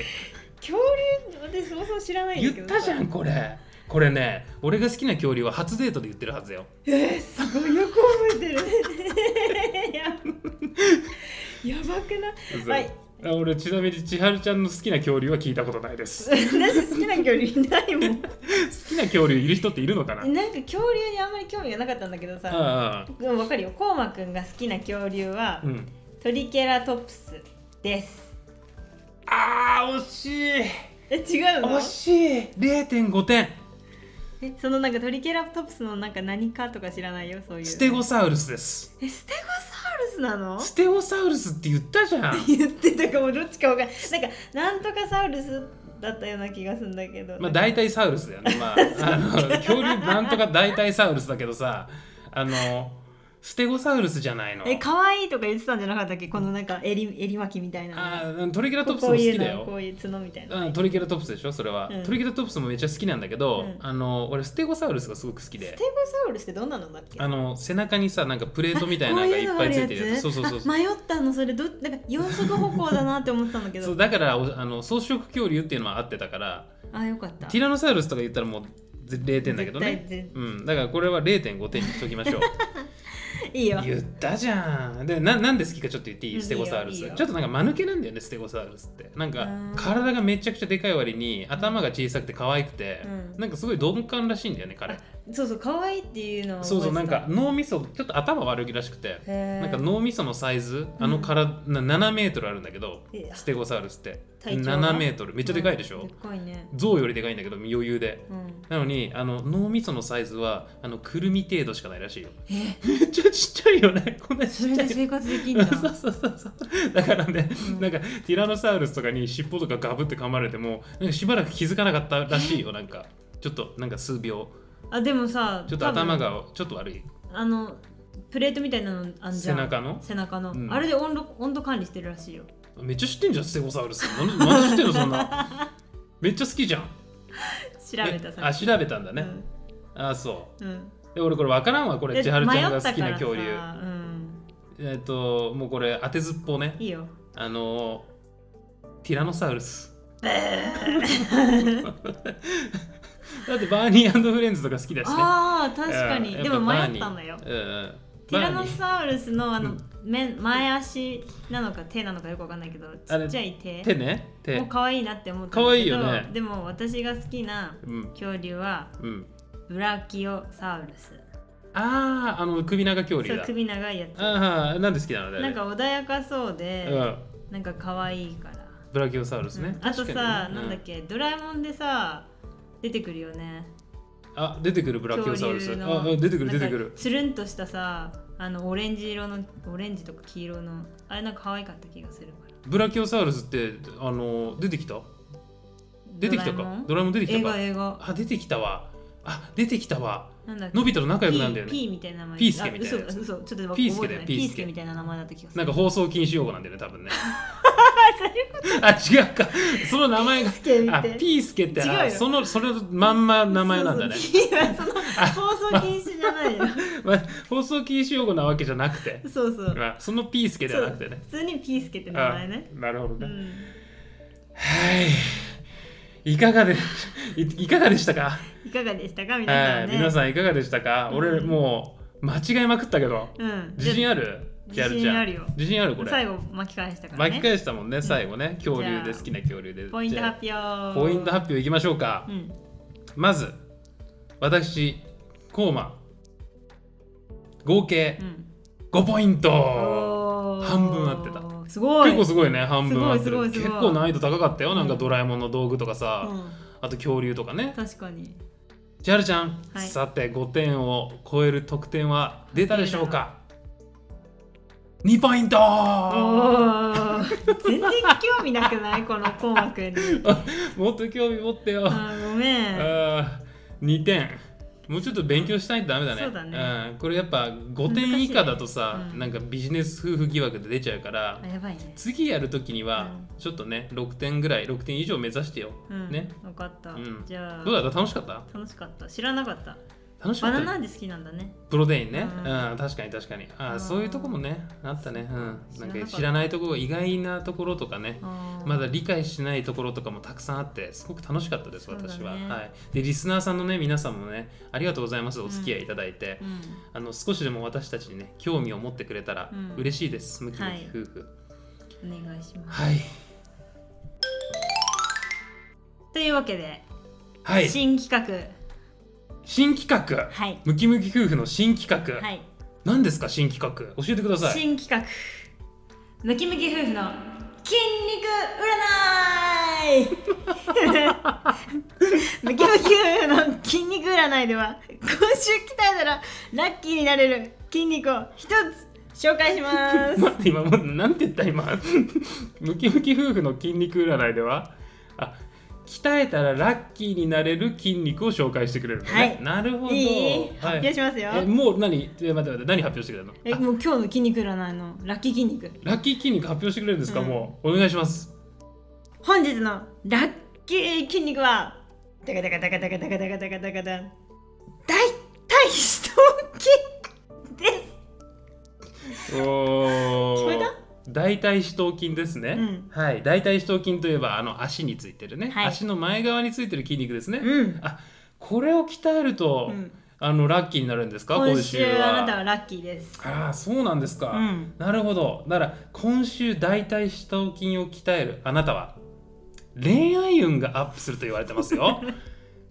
B: 恐竜私そもそも知らないん
A: 言
B: だけ
A: っ
B: ど
A: たじゃんこれこれね俺が好きな恐竜は初デートで言ってるはずだよ
B: えー、すごいよく覚えてるね ややばくないはい
A: あ俺ちなみに千春ちゃんの好きな恐竜は聞いたことないです好
B: 私好きな恐竜いないもん
A: きな恐竜いる人っているのかな
B: なんか恐竜にあんまり興味がなかったんだけどさ
A: ああ
B: でも分かるよこうまくんが好きな恐竜は、
A: うん
B: トリケラトプスです
A: あー惜しい
B: え違うの
A: 惜しい0.5点
B: えそのなんかトリケラトプスのなんか何かとか知らないよそういう
A: ステゴサウルスです
B: えステゴサウルスなの
A: ステゴサウルスって言ったじ ゃん
B: 言ってたかもどっちか分かんないなんかなんとかサウルスだったような気がするんだけど、
A: まあ大体サウルスだよね まああの恐竜なんとか大体サウルスだけどさあのステゴサウルスじゃないの
B: え可愛いとか言ってたんじゃなかったっけこのなんか襟襟巻きみたい
A: あ
B: な
A: ートリケラトプス
B: こ
A: も
B: う
A: 好
B: い
A: き
B: う
A: だ
B: の
A: よ
B: こういう角みたいな
A: うん、トリケラトプスでしょそれは、
B: うん
A: トリケラトプスもめっちゃ好きなんだけど、
B: うん
A: あの俺ステゴサウルスがすごく好き
B: ス
A: で
B: テゴサウルスってどんなのだっけ
A: あの背中にさなんかプレートみたい
B: こ
A: な
B: う
A: のが
B: い
A: いうっ
B: の
A: ぱ
B: あ
A: い
B: る
A: つい
B: や
A: て
B: つ
A: るやつそうそうそうそ
B: あ迷ったのそれどなんか四足歩行だなって思ったんだけ
A: うそう
B: ど
A: だからおあの草食恐竜っていうのは合ってたから
B: あよかった
A: ティラノサウルスとか言ったらもうぜ0点だけど
B: 絶対
A: ね
B: ぜ、
A: うん、だからこれは0.5点にしときましょう
B: いいよ
A: 言ったじゃんでななんで好きかちょっと言ってい
B: うん
A: いステゴサウルス
B: いいよいいよ
A: ちょっとなんか間抜けなんだよねステゴサウルスってなんか
B: うん
A: 体がめちゃくちゃでかい割に頭が小さくて可愛くて、
B: うん
A: なんかすごい鈍感らしいんだよね彼
B: そうそう可愛いっていうのを
A: そうそうなんか
B: 覚
A: 脳みそちょっと頭悪いらしくて
B: え
A: な
B: て
A: ん
B: た
A: か脳みそのサイズあのから、な7メートルあるんだけど
B: へー
A: ステゴサウルスって
B: 体長が
A: 7メートルめっちゃでかいでし
B: う
A: ょ
B: んでっかいね
A: 象よりでかいんだけど余裕で
B: うん
A: なのにあの脳みそのサイズはあのくるみ程度しかないらしいよ
B: え
A: め っちゃちっちゃいよねこんなち
B: そ
A: っ
B: れ
A: ちゃ
B: で
A: い
B: 生活できん
A: そ
B: だ
A: う そうそうそうだからね、
B: うん
A: なんかティラノサウルスとかに尻尾とかガブって噛まれてもなんかしばらく気づかなかったらしいよなんかちょっとなんか数秒
B: あでもさ
A: ちょっと
B: 多分
A: 頭がちょっと悪い
B: あのプレートみたいなのあんじ
A: 背
B: ゃん
A: 中の
B: 背中の、
A: うん
B: あれで温度温度管理してるらしいよ
A: めっちゃ知ってんじゃんステゴサウルスなんでなんで知ってんのそんな めっちゃ好きじゃん
B: 調べた
A: え
B: さ
A: あ調べたんだね、あそ
B: うんうん
A: うで俺これ分からんわこれ
B: で
A: 千春ちゃん
B: 迷
A: が
B: った
A: 好き
B: か
A: な
B: らさ
A: 恐竜
B: うん
A: えっ、ともうこれ当てずっぽうね
B: い いよ
A: あのーティラノサウルス
B: ブー
A: だってバーニーフレンズとか好きだしね
B: ああ確かに
A: うん
B: でも
A: やぱバー
B: 迷っ
A: ニ
B: た
A: ー
B: のよ
A: うんうん
B: ティラ
A: バー
B: ノ
A: ニー
B: サウルスのあの、
A: うん
B: 面前足なのか手なのかよくわかんないけどち
A: あ
B: っ
A: れ
B: ちゃい手
A: 手ね手
B: もう可愛いなって思ったんだ
A: 可愛
B: けど
A: いよね
B: でも私が好きな
A: うん
B: 恐竜は
A: うん
B: ブラキオサウルス
A: あああの首長恐
B: そ
A: 竜
B: う
A: だ
B: 首長いやつ
A: ああなんで好きなのだよ
B: な
A: ね
B: んか穏やかそうで、
A: うん
B: なんか可愛いから
A: ブラキオサウルスね
B: うんあと
A: 確
B: さ
A: か、にね
B: なんだっけ、ドラえもんでさ、出てくるよね。
A: あ出てくるブラキオサウルス
B: 恐竜
A: あ
B: の
A: あ出てくる
B: なん
A: 出
B: か
A: てくる
B: つるんとしたさ、あのオレンジ色の、オレンジとか黄色の、あれなんか可愛かった気がするから。
A: ブラキオサウルスってあの出てきた出てきた
B: ドラえ
A: か
B: もん
A: ドラえもん出てき
B: 映
A: たか
B: 画、映画。
A: あ出てきたわあ出てきたわ
B: なんだっけ
A: のび太と仲良くなるんだよね
B: ピーピーみたいな名前。
A: ピースケみたいなや
B: あ
A: つ
B: 嘘、嘘、ちょっと待って
A: ピースケ
B: 覚
A: だ
B: えて
A: よ
B: ない。
A: ピース
B: ピ
A: ケ
B: ースケみたいな名前だった気がす
A: な
B: る。
A: んか放送禁止用語なんだよね多分 ねあ違うかその名前が
B: ピースケみた
A: あ
B: いな。
A: ピースケって
B: 違うよ
A: あそのそれのまんま名前なんだね
B: そうそうピーはその放送禁止じゃないよ。
A: ま放送禁止用語なわけじゃなくて
B: そうそう。
A: あそのピースケではなくてね
B: 普通にピースケって名前ね。
A: あなるほど
B: う
A: ね、
B: ん。
A: はいいかがでいいかがでしたか
B: いかがでしたか皆
A: は
B: さ
A: い、
B: んね。
A: 皆さんいかがでしたか、俺
B: うん
A: もう間違いまくったけど
B: うん。
A: 自信ある
B: じゃあ
A: やるちゃん
B: 自信あるよ
A: 自信あるこれ
B: 最後巻き返したからね。
A: 巻き返したもんね最後ね、恐
B: じ
A: 竜
B: ゃ
A: で
B: あ
A: 好きな恐竜で
B: ポイント発表。
A: じゃあポイント発表いきましょうか、
B: うん。
A: まず私コーマ合計
B: うん。
A: 5ポイント、
B: おー
A: 半分合ってた。
B: すごい。
A: 結構すごいね半分あって
B: すごい
A: る
B: すごい
A: 結
B: すごい
A: 構難易度高かったよ、なんか
B: うん
A: ドラえもんの道具とかさ、
B: うん
A: あと恐竜とかね
B: 確かに。
A: 千春ちゃん、
B: はい
A: さて5点を超える得点は出たでしょうか2ポイント
B: お
A: も
B: ー全然興味なくないこのコウマ くん
A: っ
B: に。
A: と興味持ってよ、
B: あーごめん。
A: あー2点もうちょっと勉強しないとダメだね
B: そうだね
A: んこれやっぱ5点以下だとさ、
B: 難しいねうん
A: なんかビジネス夫婦疑惑で出ちゃうから、
B: あやばいね。
A: 次やるときには
B: うん
A: ちょっとね6点ぐらい6点以上目指してよ、
B: うん。
A: ね。
B: わかった
A: うん。
B: じゃあ
A: どう。だった楽しかった
B: 楽しかった。知らなかった。
A: 楽しか
B: バ
A: った
B: ナナ味好きなんだね。
A: プロテインね、
B: う
A: うんん確かに確かにあ
B: うん
A: あそういうとこもねあったね、うん、
B: 知
A: な
B: らなかった
A: んか知らないところ意外なところとかね
B: あー
A: まだ理解しないところとかもたくさんあってすごく楽しかったです、
B: そうだね
A: 私は、はい、でリスナーさんのね皆さんもねありがとうございますお付き合いいただいて、
B: うん。
A: あの少しでも私たちにね興味を持ってくれたら
B: うん
A: 嬉しいです、ムキム
B: はい
A: キ夫婦
B: お願いします。
A: はい
B: というわけで
A: はい
B: 新企
A: 新企画
B: 画。はい。
A: ムキムキ夫婦の新企画、
B: はい。
A: 何ですか新企画教えてください
B: 新企画ムキムキ夫婦の筋 肉占いムキムキ夫婦の筋肉占いでは今週鍛えたらラッキーになれる筋肉を一つ紹介し ます
A: 待って今もうなんて言った今 ムキムキ夫婦の筋肉占いではあ鍛えたらラッキーになれる筋肉を紹介してくれるのね、
B: はい
A: なるほど
B: いい、発
A: はい
B: 表しますよ
A: えもう何え待って待って何発表してくれるの
B: え
A: あ
B: もう今日の筋肉占いのラッキー筋肉
A: ラッキー筋肉発表してくれるんですか、
B: うん
A: もうお願いし ます
B: 本日のラッキー筋肉はダカダカダカダカダカダカダカダカダ大体四頭筋です
A: おお
B: 聞こえた
A: 大腿四頭筋ですね、
B: うん
A: はい大腿四頭筋といえばあの足についてるね、
B: はい
A: 足の前側についてる筋肉ですね、
B: うん
A: これを鍛えると、
B: うん
A: あのラッキーになるんですか
B: 今週あなたはラッキーです。
A: ああそうなんですか、
B: うん
A: なるほどだから今週大腿四頭筋を鍛えるあなたは恋愛運がアップすると言われてます よ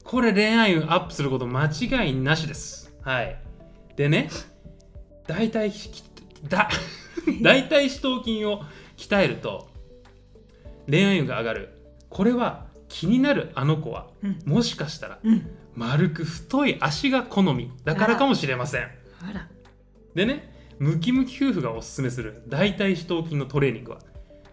A: これ恋愛運アップすること間違いなしですはいでね大腿ひき だ大腿四頭筋を鍛えると恋愛運が上がるこれは気になるあの子は、
B: うん
A: もしかしたら
B: うん。
A: 丸く太い足が好みだからかもしれません
B: あら。
A: でねムキムキ夫婦がおすすめする大腿四頭筋のトレーニングは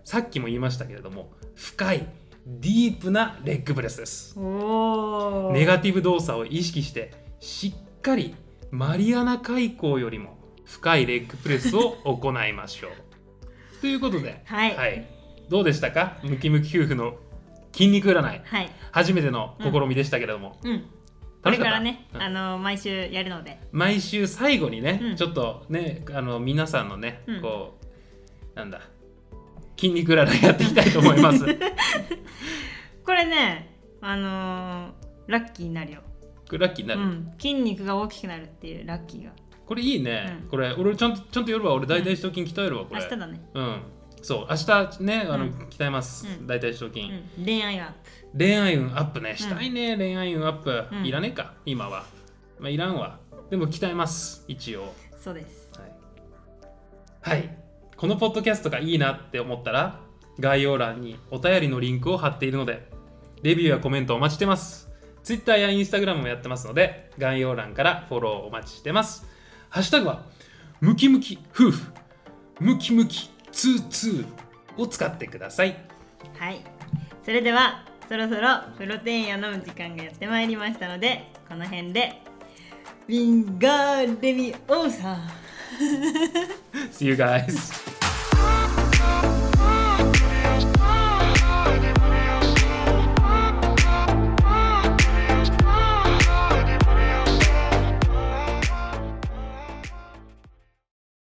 A: さっきも言いましたけれども深いディープなレッグプレスです
B: おお。
A: ネガティブ動作を意識してしっかりマリアナ海溝よりも深いレッグプレスを行いましょうという ことで、
B: はい
A: どうでしたかムキムキ夫婦の筋肉占い
B: はい。
A: 初めての試みでしたけれども、
B: うん。こ
A: 楽
B: れ
A: しかった
B: からね、
A: うん
B: あの毎週やるので。
A: 毎週最後にね、
B: うん
A: ちょっとねあの皆さんのね、
B: うん
A: こうなんだ筋肉占いやっていきたいと 思います
B: これね、あのーラッキーになるよ。
A: これラッキーにな
B: う
A: る、
B: ん、筋肉が大きくなるっていうラッキーが
A: これいいね、
B: うん
A: これ俺ちゃんとちゃんと夜は俺大腿四頭筋鍛えるわこ
B: 明
A: れ
B: 日だね、
A: うんそう明日ねあの、
B: うん
A: 鍛えます、
B: うん
A: 大体賞
B: う
A: 金、
B: ん、恋愛アッ
A: 恋愛運アップねしたいね、恋愛運アップ、
B: うん
A: いらねえか今は、まあ、いらんわでも鍛えます一応
B: プそうです
A: はい、はい、このポッドキャストがいいなって思ったら概要欄にお便りのリンクを貼っているのでレビューやコメントお待ちしてます Twitter や Instagram もやってますので概要欄からフォローお待ちしてますハッシュタグはムキムキ夫婦ムキムキツーツーを使ってください
B: はいそれではそろそろプロテインを飲む時間がやってまいりましたのでこの辺でヴィンガーレミオーサー
A: See you guys